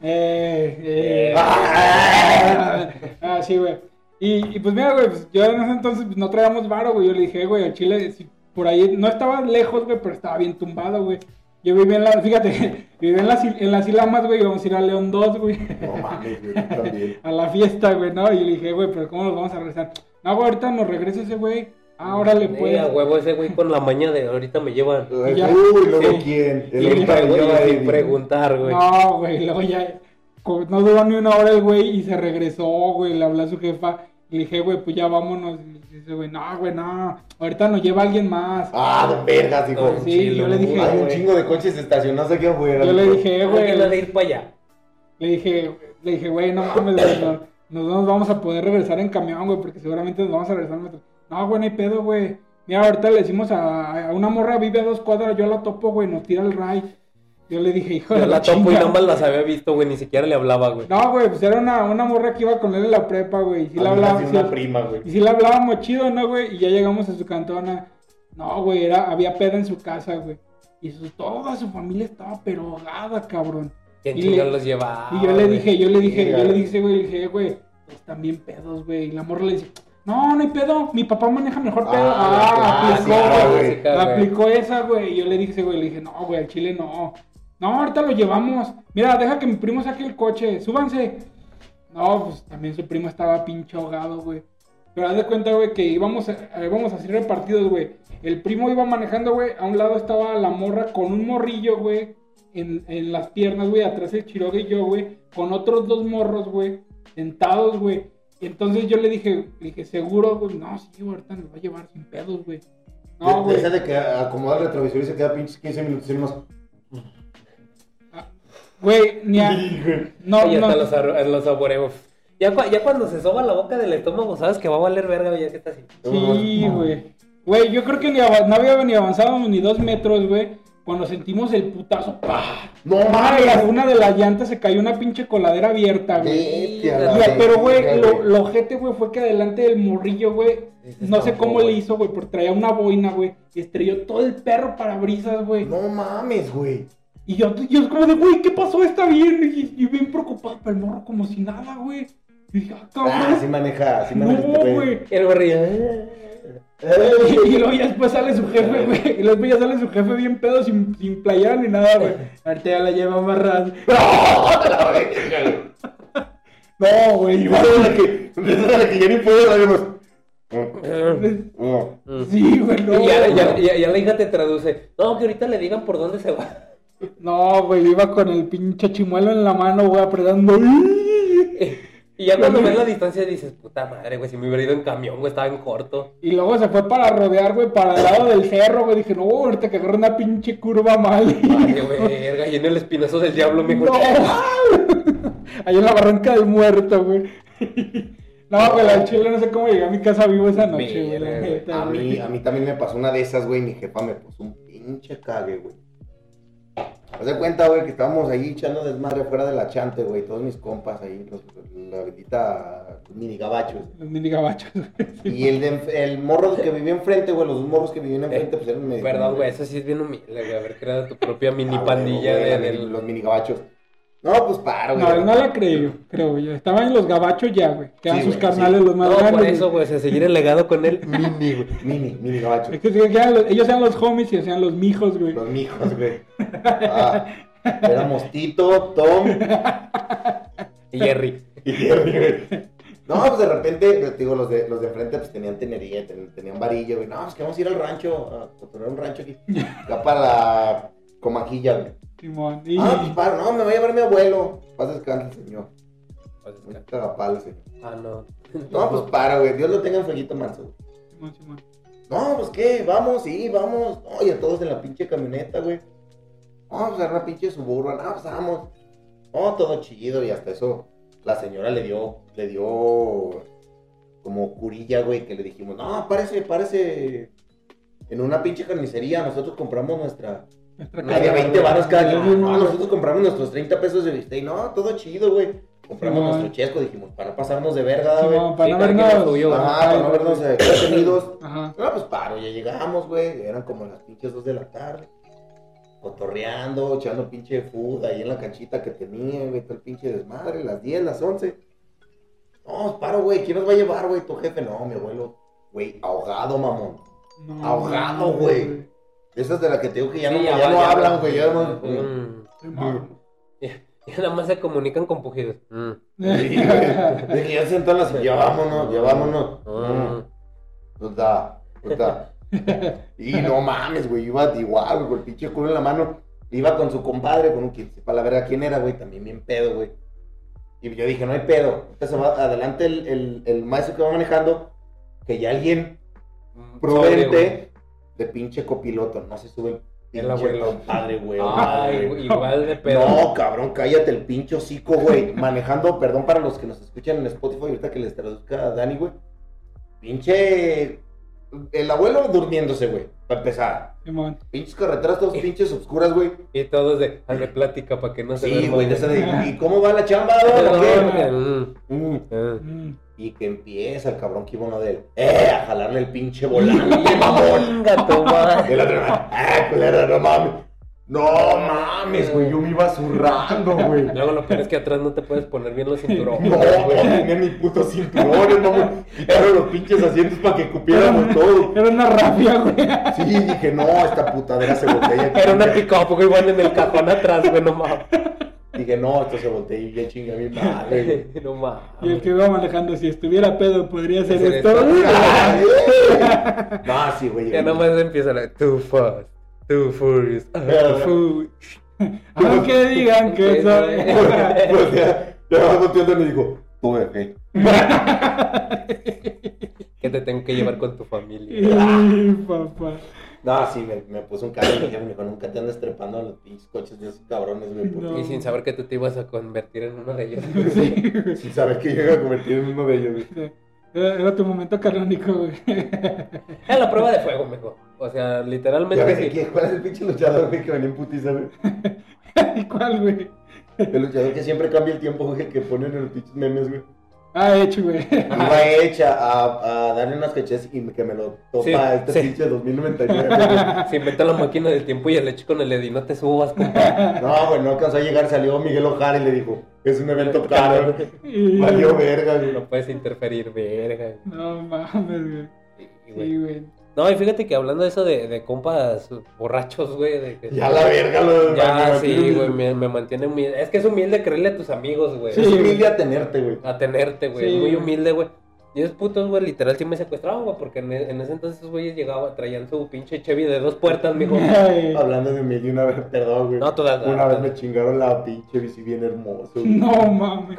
Speaker 3: No. (laughs) eh, eh. Ah, ah, sí, güey. Y, y pues mira, güey, pues yo en ese entonces pues, no traíamos varo, güey, yo le dije, "Eh, güey, al chile, si por ahí, no estaba lejos, güey, pero estaba bien tumbado, güey. Yo vivía en la, fíjate, (laughs) vivía en las, il- en las Ilamas, güey, íbamos a ir a León 2, güey.
Speaker 1: No mames, güey, tú también.
Speaker 3: a la fiesta, güey, ¿no? Y le dije, güey, pero ¿cómo nos vamos a regresar? No, güey, ahorita nos regresa ese güey. Ah, órale,
Speaker 2: Eh,
Speaker 3: pues.
Speaker 2: a huevo ese güey con la maña de ahorita me llevan.
Speaker 3: Ya.
Speaker 1: Uy, luego
Speaker 3: Sí.
Speaker 1: quién. El
Speaker 2: Y
Speaker 1: otro
Speaker 2: pregun-
Speaker 1: que lleva
Speaker 2: y
Speaker 1: Eddie.
Speaker 2: sin preguntar, güey.
Speaker 3: No, güey, luego ya. co- No duró ni una hora el güey y se regresó, güey. Le habló a su jefa. Le dije, güey, pues ya vámonos. Y dice, güey, no, güey, no. Ahorita nos lleva alguien más.
Speaker 1: Ah, don vergas, hijo.
Speaker 2: No,
Speaker 3: Sí, yo le dije,
Speaker 1: Hay un
Speaker 2: güey.
Speaker 1: chingo de coches estacionados aquí afuera.
Speaker 3: Yo le
Speaker 1: hijo.
Speaker 3: dije,
Speaker 2: Creo que
Speaker 3: güey.
Speaker 2: la de ir para allá.
Speaker 3: Le dije, le dije, güey, no mames, güey, no, no nos vamos a poder regresar en camión, güey, porque seguramente nos vamos a regresar en metro. No, güey, no hay pedo, güey. Mira, ahorita le decimos a, a una morra vive a dos cuadras, yo la topo, güey, nos tira el ray. Yo le dije, hijo de
Speaker 2: Yo la topo
Speaker 3: chinga.
Speaker 2: y nada más las había visto, güey, ni siquiera le hablaba, güey.
Speaker 3: No, güey, pues era una, una morra que iba con él en la prepa, güey. Y sí la
Speaker 1: A mí me
Speaker 3: hablaba,
Speaker 1: hacía
Speaker 3: sí-
Speaker 1: una prima, güey.
Speaker 3: y sí la hablábamos chido, ¿no, güey? Y ya llegamos a su cantona. No, güey, era, había peda en su casa, güey. Y su, toda su familia estaba pero ahogada, cabrón.
Speaker 2: ¿Quién
Speaker 3: y
Speaker 2: chingados
Speaker 3: le-
Speaker 2: los llevaba?
Speaker 3: Y yo le
Speaker 2: güey?
Speaker 3: dije, yo le dije, yo
Speaker 1: Mira.
Speaker 3: le dije, güey, le dije, güey, están bien pedos, güey. Y la morra le dice, no, no hay pedo, mi papá maneja mejor pedo.
Speaker 1: Ah,
Speaker 3: Ah,
Speaker 1: la clásica,
Speaker 3: aplicó, güey.
Speaker 1: güey.
Speaker 2: Clásica, güey.
Speaker 3: Aplicó esa, güey. Y yo le dije, ese güey, le dije, no, güey, al chile no. No, ahorita lo llevamos. Mira, deja que mi primo saque el coche, súbanse. No, pues también su primo estaba pinche ahogado, güey. Pero haz de cuenta, güey, que íbamos a, íbamos así repartidos, güey. El primo iba manejando, güey. A un lado estaba la morra con un morrillo, güey. En, en las piernas, güey. Atrás el Chiroga y yo, güey. Con otros dos morros, güey. Sentados, güey. Y entonces yo le dije, le dije, seguro, güey. No, sí, güey, ahorita nos va a llevar sin pedos, güey. No,
Speaker 1: De- de
Speaker 3: güey.
Speaker 1: Esa de que acomoda el retrovisor y se queda pinches 15 minutos y más.
Speaker 3: Güey, ni a. No,
Speaker 2: Oye,
Speaker 3: no.
Speaker 2: hasta los, ar- los saboreos. Ya, cua- ya cuando se soba la boca del estómago, sabes que va a valer verga, güey, ya que está así.
Speaker 3: Sí, güey. Güey, yo creo que ni ava- no había ni avanzábamos ni dos metros, güey. Cuando sentimos el putazo, ¡pah!
Speaker 1: ¡No
Speaker 3: Una de las-
Speaker 1: mames!
Speaker 3: una de las llantas se cayó una pinche coladera abierta, güey.
Speaker 1: Vete a la
Speaker 3: Ya, pero, güey,
Speaker 1: verga,
Speaker 3: lo, lo ojete, güey, fue que adelante del morrillo, güey,
Speaker 2: Ese
Speaker 3: no sé
Speaker 2: estampó,
Speaker 3: cómo le
Speaker 2: güey.
Speaker 3: hizo, güey, porque traía una boina, güey, y estrelló todo el perro parabrisas, güey.
Speaker 1: No mames, güey.
Speaker 3: Y yo, yo es como de, güey, ¿qué pasó? Está bien, y, y bien preocupado, pero el morro como si nada, güey. Y dije, ah,
Speaker 1: Ah, sí
Speaker 3: cabrón.
Speaker 1: maneja, sí maneja este
Speaker 3: no, güey.
Speaker 2: Y el barrio.
Speaker 1: Ey,
Speaker 3: Y, y luego ya después sale su jefe, güey. Y luego ya sale su jefe bien pedo, sin, sin playera ni nada, güey. Ahorita ya la lleva amarrada.
Speaker 1: (laughs) ¡No! La verga, güey.
Speaker 3: No, güey,
Speaker 1: Y
Speaker 3: iba-
Speaker 1: vas a la que, empiezas a la que ya ni puedo, sabemos. No.
Speaker 3: Sí, güey, (laughs) no.
Speaker 2: Y ya, ya- ya- ya la hija te traduce. No, que ahorita le digan por dónde se va.
Speaker 3: No, güey, iba con el pinche chimuelo en la mano, güey, apretando.
Speaker 2: (laughs) Y ya cuando ves la distancia dices, puta madre, güey, si me hubiera ido en camión, güey, estaba en corto.
Speaker 3: Y luego se fue para rodear, güey, para el lado del cerro, güey. Dije, no, ahorita que agarré una pinche curva mal.
Speaker 2: Vale,
Speaker 1: (laughs)
Speaker 2: verga, y en el espinazo
Speaker 3: (laughs)
Speaker 2: del diablo, mijo.
Speaker 3: No. Ahí en la barranca del muerto, güey. (laughs) No, güey, la chile no sé cómo llegué a mi casa vivo esa noche, güey. la
Speaker 1: Verga, güey.
Speaker 3: neta,
Speaker 1: A
Speaker 3: güey.
Speaker 1: mí, a mí también me pasó una de esas, güey. Mi jefa me puso un pinche cague, güey. Haz de cuenta, güey, que estábamos ahí echando desmadre fuera de la chante, güey. Todos mis compas ahí, los- la bendita mini gabachos.
Speaker 3: Los mini gabachos, güey.
Speaker 1: Y el, de enf- el morro que vivía enfrente, güey, los morros que vivían enfrente, pues eran medio.
Speaker 2: Perdón, güey, eso sí es bien humilde, güey. Haber creado tu propia mini
Speaker 1: Ah, güey,
Speaker 2: pandilla
Speaker 1: güey, la
Speaker 2: de,
Speaker 1: mini-
Speaker 2: del-
Speaker 1: los mini gabachos. No, pues para, güey.
Speaker 3: No, no la creí yo, creo yo. Estaban los gabachos ya, güey. Que eran
Speaker 1: Sí,
Speaker 3: sus
Speaker 1: güey,
Speaker 3: carnales los más
Speaker 2: No,
Speaker 3: grandes.
Speaker 2: por
Speaker 3: güey.
Speaker 2: eso, güey, o sea, seguir el legado con él.
Speaker 1: Mini, güey. Mini, mini gabachos.
Speaker 3: Es que sí, que eran los- ellos eran los homies y hacían los mijos, güey.
Speaker 1: Los mijos, güey. Ah, éramos Tito, Tom
Speaker 2: Y Jerry.
Speaker 1: y Jerry, güey. No, pues de repente, pues, te digo, los de, los de enfrente pues tenían tenería, ten- tenían varillo, güey. No, pues que vamos a ir al rancho, a poner un rancho aquí. Acá para la Comanjilla, güey.
Speaker 3: Simón. Y
Speaker 1: Ah, pues para, no, me va a llevar mi abuelo. Pasa descanso, señor.
Speaker 2: Pues, es
Speaker 1: Me
Speaker 2: que-
Speaker 1: caga palo, señor.
Speaker 2: Ah, no.
Speaker 1: No, pues para, güey. Dios lo tenga en fueguito manso. güey.
Speaker 3: Simón, Simón.
Speaker 1: No, pues qué, vamos, sí, vamos. Oye, todos en la pinche camioneta, güey. Vamos a usar una pinche suburban. Ah, pues vamos. Oh, todo chido y hasta eso. La señora le dio, le dio como curilla, güey, que le dijimos, no, párese, párese. En una pinche carnicería, nosotros compramos nuestra.
Speaker 3: Nuestra Ah,
Speaker 2: No,
Speaker 1: La de
Speaker 3: carnal,
Speaker 1: 20 varos cada
Speaker 2: No,
Speaker 1: quien.
Speaker 2: no.
Speaker 1: nosotros compramos nuestros 30 pesos de bistec. No, todo chido, güey. Compramos
Speaker 3: Simón.
Speaker 1: nuestro chesco, dijimos, para no pasarnos de verga, güey.
Speaker 3: Simón, ah, para
Speaker 2: Sí,
Speaker 3: no
Speaker 2: cada quien
Speaker 3: vernos.
Speaker 2: lo suyo, güey.
Speaker 1: Ajá, para no vernos eh, detenidos.
Speaker 3: Ajá.
Speaker 1: No, pues paro, ya llegamos, güey. Eran como las pinches 2 de la tarde. Cotorreando, echando pinche food ahí en la canchita que tenía, güey. Todo el pinche desmadre, las 10, las 11. No, pues paro, güey. ¿Quién nos va a llevar, güey? Tu jefe. No, mi abuelo. Güey, ahogado, mamón.
Speaker 3: No,
Speaker 1: Ahogado, güey. De esas de las que te digo que ya no,
Speaker 2: Sí,
Speaker 1: ya
Speaker 2: va,
Speaker 1: no
Speaker 2: (laughs) ya
Speaker 1: hablan,
Speaker 2: va.
Speaker 1: güey. Ya no.
Speaker 2: Mm.
Speaker 3: Simón.
Speaker 2: Ya nada más se comunican con pujidos. Mm.
Speaker 1: Sí, güey. De que ya sentan las. Ya vámonos, ya vámonos. Mm.
Speaker 2: Mm.
Speaker 1: Puta, puta. Tota, Y no mames, güey, iba igual, güey, con el pinche culo en la mano. Iba con su compadre, con un quien sepa la verdad quién era, güey, también bien pedo, güey. Y yo dije, no hay pedo. Ahorita se va adelante el, el, el maestro que va manejando, que ya alguien Mm,
Speaker 2: Sobre, güey.
Speaker 1: prudente de pinche copiloto, no se sube
Speaker 2: El
Speaker 1: pinche
Speaker 2: abuelo.
Speaker 1: compadre, güey. o madre,
Speaker 2: Ay, güey,
Speaker 1: güey.
Speaker 2: igual de pedo.
Speaker 1: (laughs) No, cabrón, cállate el pinche hocico, güey. Manejando, perdón para los que nos escuchan en Spotify, ahorita que les traduzca a Dani, güey. Pinche. El abuelo durmiéndose, güey. Para empezar.
Speaker 3: Simón.
Speaker 1: Pinches carreteras, todas pinches obscuras, güey.
Speaker 2: Y todos de, hazle plática para que no se
Speaker 1: Sí,
Speaker 2: duerma,
Speaker 1: güey. de esa de, ¿Y cómo va la chamba, don? ¿O
Speaker 2: No,
Speaker 1: qué?"
Speaker 2: güey, mm,
Speaker 1: Mm,
Speaker 2: mm.
Speaker 3: Mm.
Speaker 1: Y que empieza el cabrón que iba uno de él. ¡Eh! A jalarle el pinche volante, (laughs) mamón.
Speaker 2: Venga, tu
Speaker 1: Y
Speaker 2: madre.
Speaker 1: el otro, ¡ah, culera, no mames! No mames, güey. Yo me iba zurrando, güey.
Speaker 2: Luego lo peor es que atrás no te puedes poner bien los cinturones.
Speaker 1: No, güey, tenía mis putos cinturones, mamón. Quitaron los pinches asientos para que cupiéramos todo.
Speaker 3: Era una rabia, güey.
Speaker 1: Sí, dije, no, esta putadera se voltea. ya
Speaker 2: Era una
Speaker 1: chingué".
Speaker 2: pick-up, güey, van en el cajón atrás, güey, no mames.
Speaker 1: Dije, no, esto se voltea y ya chinga mi madre.
Speaker 2: (laughs)
Speaker 1: güey.
Speaker 2: No mames.
Speaker 3: (laughs) Y el que iba manejando, si estuviera pedo, podría hacer
Speaker 2: Hacer
Speaker 3: esto.
Speaker 2: esto.
Speaker 1: Ay, No, sí, güey.
Speaker 2: Ya nomás empieza la, too fast, too furious, ah, too fu-".
Speaker 3: (laughs) Aunque digan
Speaker 2: Sí,
Speaker 3: que (laughs)
Speaker 1: (laughs)
Speaker 3: soy.
Speaker 2: güey.
Speaker 1: Pues ya, ya vas volteando y me dijo, tuve fe.
Speaker 2: Que te tengo que llevar con tu familia.
Speaker 3: Y, papá.
Speaker 1: No, sí, me, me puso un cabrón y dije, me dijo, nunca te andes trepando a los pinches coches de esos cabrones, güey. porque (laughs)
Speaker 3: No.
Speaker 2: Y sin saber que tú te ibas a convertir en uno de ellos.
Speaker 1: Sí, sin saber que llega a convertir en uno de ellos, güey.
Speaker 3: Era, era tu momento canónico, güey. (laughs)
Speaker 2: Era la prueba de fuego, mejor. O sea,
Speaker 1: Ya ves,
Speaker 2: literalmente sí.
Speaker 1: ¿quién- ¿cuál es el pinche luchador, güey, que venía en putiza, güey?
Speaker 3: ¿Y cuál, güey?
Speaker 1: El luchador que siempre cambia el tiempo, güey, que ponen en los pinches memes, güey.
Speaker 3: Ah, hecho, güey.
Speaker 1: Iba hecha a, a darle unas cachetes y que me lo topa
Speaker 2: Sí,
Speaker 1: este
Speaker 2: sí.
Speaker 1: pinche 2099.
Speaker 2: (laughs)
Speaker 1: güey.
Speaker 2: Se inventó la máquina del tiempo y el hecho con el Eddie, no te subas, compa.
Speaker 1: No, güey, no alcanzó a llegar. Salió Miguel Ojara y le dijo: Es un
Speaker 2: (laughs)
Speaker 1: evento caro.
Speaker 3: Y-
Speaker 1: Valió verga, güey.
Speaker 2: No puedes interferir, verga. güey.
Speaker 3: No mames, güey.
Speaker 2: Sí, güey.
Speaker 3: Sí, güey.
Speaker 2: No, y fíjate que hablando de eso de, de compas borrachos, güey, de que...
Speaker 1: Ya la verga lo
Speaker 2: Ya,
Speaker 1: lo-
Speaker 2: sí, güey, me, me mantiene humilde. Es que es humilde creerle a tus amigos, güey.
Speaker 1: Es humilde a tenerte, güey.
Speaker 2: A tenerte, güey.
Speaker 3: Sí,
Speaker 2: es muy
Speaker 3: güey.
Speaker 2: humilde, güey. Y esos putos, güey, literal sí me secuestraban, güey, porque en, e- en ese entonces esos güeyes llegaban, traían su pinche Chevy de dos puertas,
Speaker 1: (laughs)
Speaker 2: mijo.
Speaker 3: Ay,
Speaker 1: Hablando de humilde una vez, perdón, güey.
Speaker 2: No, todas.
Speaker 1: Una vez
Speaker 2: todas.
Speaker 1: me chingaron la pinche bici bien hermoso, güey.
Speaker 3: No mames.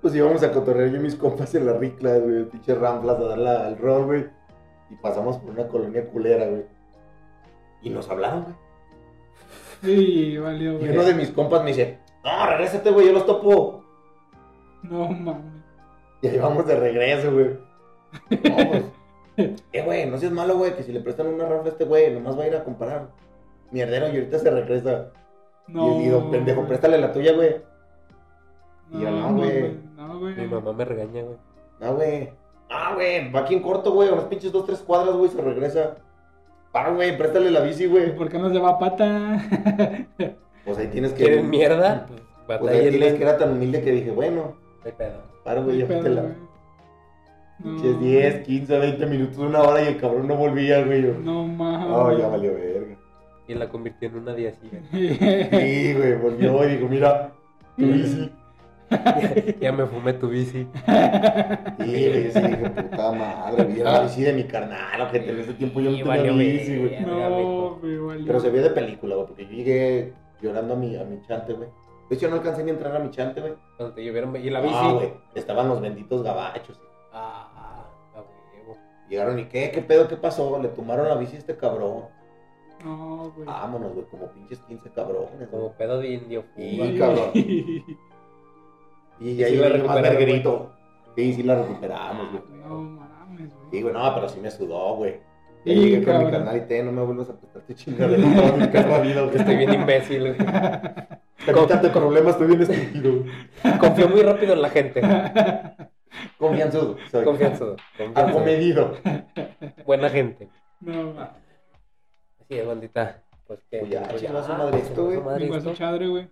Speaker 1: Pues íbamos a cotorrear yo y mis compas en la ricla, güey, pinche ramplas a darle al rol, güey. Y pasamos por una colonia culera, güey. Y nos hablaron, güey.
Speaker 3: Sí, valió,
Speaker 1: Y uno
Speaker 3: güey.
Speaker 1: de mis compas me dice, no, regrésate, güey, yo los topo.
Speaker 3: No mames.
Speaker 1: Y ahí vamos de regreso, güey. Vamos. Eh, güey, no seas malo, güey, que si le prestan una rafla a este güey, nomás va a ir a comprar. Mierdero, y ahorita se regresa.
Speaker 3: No.
Speaker 1: Y yo digo, pendejo, préstale la tuya, güey. Y yo, no, güey.
Speaker 3: No, güey.
Speaker 2: Mi mamá me regaña, güey.
Speaker 1: Ah, güey. Ah, güey, va aquí en corto, güey, a unas pinches dos, tres cuadras, güey, se regresa. Para, güey, préstale la bici,
Speaker 3: ¿Y
Speaker 1: güey.
Speaker 3: ¿Por qué nos lleva
Speaker 1: (laughs)
Speaker 3: a pata?
Speaker 1: Pues ahí tienes que...
Speaker 2: ¿Quieren mierda? Pues
Speaker 1: Pues ahí tienes
Speaker 2: batallenle.
Speaker 1: que era tan humilde que dije, bueno,
Speaker 2: No hay pedo.
Speaker 1: para, güey, ya
Speaker 3: Pero,
Speaker 1: la...
Speaker 3: güey. No.
Speaker 1: Pinches 10, 15, 20 minutos, una hora y el cabrón no volvía, güey. Yo,
Speaker 3: No mames.
Speaker 1: "Ah, ya
Speaker 3: (laughs)
Speaker 1: valió verga.
Speaker 2: Y la convirtió en una diasilla.
Speaker 1: Sí, güey, volvió y dijo, mira, tu bici. (laughs)
Speaker 2: (laughs) ya me fumé tu bici.
Speaker 1: Sí, güey, yo sí dije, puta madre, vi la bici de mi carnal, o que en ese tiempo yo
Speaker 2: Y
Speaker 1: no tenía
Speaker 2: Ah. valió
Speaker 1: bici, güey.
Speaker 2: verga.
Speaker 3: No, güey, valió.
Speaker 1: Pero se vio de película, güey, porque yo llegué llorando a mi, a mi chante, güey. De hecho, no alcancé ni a entrar a mi chante, güey.
Speaker 2: Cuando te llovieron. Y la bici.
Speaker 1: Ah, güey, estaban los benditos gabachos.
Speaker 2: Ah, a huevo.
Speaker 1: Llegaron y, ¿qué? ¿Qué pedo? ¿Qué pasó? Le tomaron la bici a este cabrón.
Speaker 3: No, güey.
Speaker 1: Vámonos, güey, como pinches 15 cabrones, güey.
Speaker 2: Como pedo de indio.
Speaker 1: Y-
Speaker 2: fuga.
Speaker 3: (laughs)
Speaker 1: cabrón.
Speaker 3: No
Speaker 1: Y
Speaker 2: sí
Speaker 1: ahí
Speaker 2: la
Speaker 1: le más
Speaker 2: recuperaron,
Speaker 1: verguerito. Sí, sí la recuperamos, güey.
Speaker 3: mames, güey.
Speaker 1: Digo, no, pero sí me sudó, güey. Ya
Speaker 3: Sí,
Speaker 1: llegué con mi
Speaker 3: cabrón.
Speaker 1: canal y te, no me vuelvas a apretar tu chingada de toda mi calma
Speaker 2: (laughs)
Speaker 1: vida, güey.
Speaker 2: Estoy bien imbécil, güey.
Speaker 1: Te quitaste problemas, estoy bien estúpido.
Speaker 2: Confío muy rápido en la gente.
Speaker 1: Confianzudo. Soy.
Speaker 2: Confianzudo.
Speaker 1: Ah,
Speaker 2: confianzudo.
Speaker 1: (laughs) Acomedido.
Speaker 2: Pues Buena gente.
Speaker 3: (laughs) No, mames.
Speaker 2: Así es, bandita. Pues que.
Speaker 1: Pues ya,
Speaker 2: pues
Speaker 1: chingó a su madre esto, güey.
Speaker 2: chingó a su madre
Speaker 3: Vengo a
Speaker 2: esto.
Speaker 3: su Pues, chadre, güey.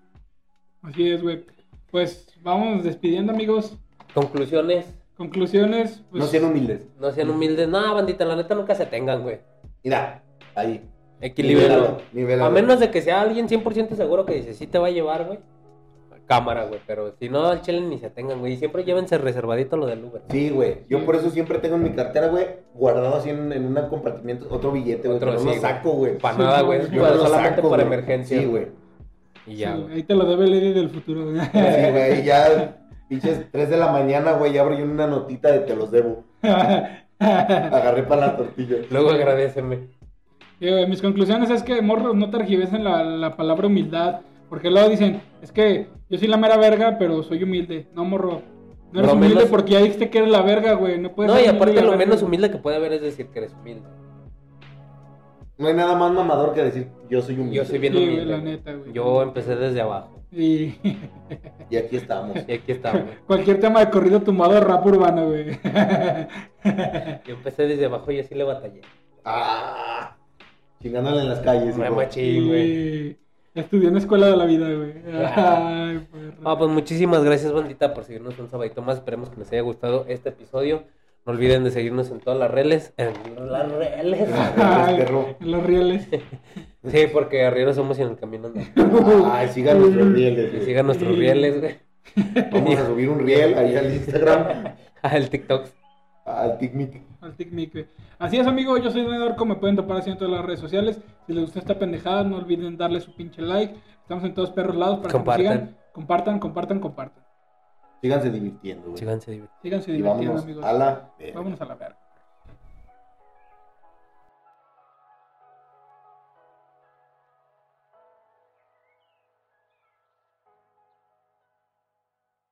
Speaker 3: Así es, güey. Pues vamos despidiendo, amigos.
Speaker 2: Conclusiones.
Speaker 3: Conclusiones, pues.
Speaker 1: No sean humildes.
Speaker 2: No sean humildes. No, bandita, la neta nunca se tengan, güey.
Speaker 1: Mira, ahí.
Speaker 2: Equilíbralo.
Speaker 1: Nivelado.
Speaker 2: A menos de que sea alguien 100% seguro que dice, sí te va a llevar, güey. Cámara, güey. Pero si no, al chile ni se tengan, güey. Y siempre llévense reservadito lo del Uber.
Speaker 1: Sí, güey. Yo por eso siempre tengo en mi cartera, güey, guardado así en, en un compartimiento, otro billete, güey.
Speaker 2: Otro,
Speaker 1: Pero no
Speaker 2: sí,
Speaker 1: lo
Speaker 2: güey.
Speaker 1: saco, güey.
Speaker 2: Para
Speaker 3: Sí,
Speaker 2: nada,
Speaker 3: no,
Speaker 2: güey.
Speaker 3: yo
Speaker 1: Yo
Speaker 2: Para-
Speaker 1: no lo
Speaker 2: solamente
Speaker 1: saco,
Speaker 2: para
Speaker 1: güey.
Speaker 2: emergencia.
Speaker 1: Sí, güey.
Speaker 2: Y ya, güey.
Speaker 3: Ahí te lo debe Lady del futuro, güey. (laughs)
Speaker 1: Sí, güey. Ya, pinches 3 de la mañana, güey, ya abro yo una notita de te los debo. Agarré para las tortillas.
Speaker 2: Luego agradeceme.
Speaker 3: Sí, güey, mis conclusiones es que morros no tergiversen la, la palabra humildad. Porque luego dicen, es que yo soy la mera verga, pero soy humilde. No, morro. No eres
Speaker 2: Lo
Speaker 3: humilde
Speaker 2: menos-
Speaker 3: porque ya dijiste que eres la verga, güey. No puedes
Speaker 2: No,
Speaker 3: ser
Speaker 2: y
Speaker 3: humilde
Speaker 2: aparte
Speaker 3: Pues
Speaker 2: lo
Speaker 3: la verga.
Speaker 2: menos humilde que puede haber es decir que eres humilde.
Speaker 1: No hay nada más mamador que decir yo soy humilde.
Speaker 2: Yo soy bien
Speaker 3: Sí, güey,
Speaker 2: humilde.
Speaker 3: la
Speaker 2: güey.
Speaker 3: neta, güey.
Speaker 2: Yo empecé desde abajo.
Speaker 3: Y (laughs)
Speaker 1: Y aquí estamos.
Speaker 2: Y aquí estamos.
Speaker 3: cualquier tema de corrido tumbado, rap urbano, güey.
Speaker 2: Yo empecé desde abajo y así le batallé.
Speaker 1: Ah, chingándole en las calles.
Speaker 2: Me
Speaker 1: hijo.
Speaker 2: machín, güey.
Speaker 3: (laughs) Y estudié en la escuela de la vida, güey.
Speaker 2: Ah.
Speaker 3: Ay, perro.
Speaker 2: (laughs) Ah, pues muchísimas gracias, bandita, por seguirnos un sabadito más. Esperemos que les haya gustado este episodio. No olviden de seguirnos en todas las redes. En las redes.
Speaker 1: Ay,
Speaker 2: este
Speaker 1: perro.
Speaker 3: En los
Speaker 2: (laughs)
Speaker 3: rieles. (laughs)
Speaker 2: Sí, porque arriba somos y en el camino no.
Speaker 1: Ay, sigan nuestros rieles.
Speaker 2: Que
Speaker 1: güey.
Speaker 2: sigan nuestros rieles, güey. (laughs)
Speaker 1: Vamos a subir un riel ahí al Instagram,
Speaker 2: Al Ah, TikTok.
Speaker 1: al TikTok.
Speaker 3: Al TikMik, güey. Así es, amigo. Yo soy Daniel Orco. Me pueden topar así en todas las redes sociales. Si les gustó esta pendejada, no olviden darle su pinche like. Estamos en todos perros lados para
Speaker 2: Compartan.
Speaker 3: que nos sigan. Compartan, compartan, compartan.
Speaker 1: Síganse divirtiendo, güey.
Speaker 2: Síganse divirtiendo.
Speaker 3: Síganse
Speaker 1: Y
Speaker 3: divirtiendo,
Speaker 1: vámonos
Speaker 3: amigos.
Speaker 1: a la... verga.
Speaker 3: Vámonos a la verga.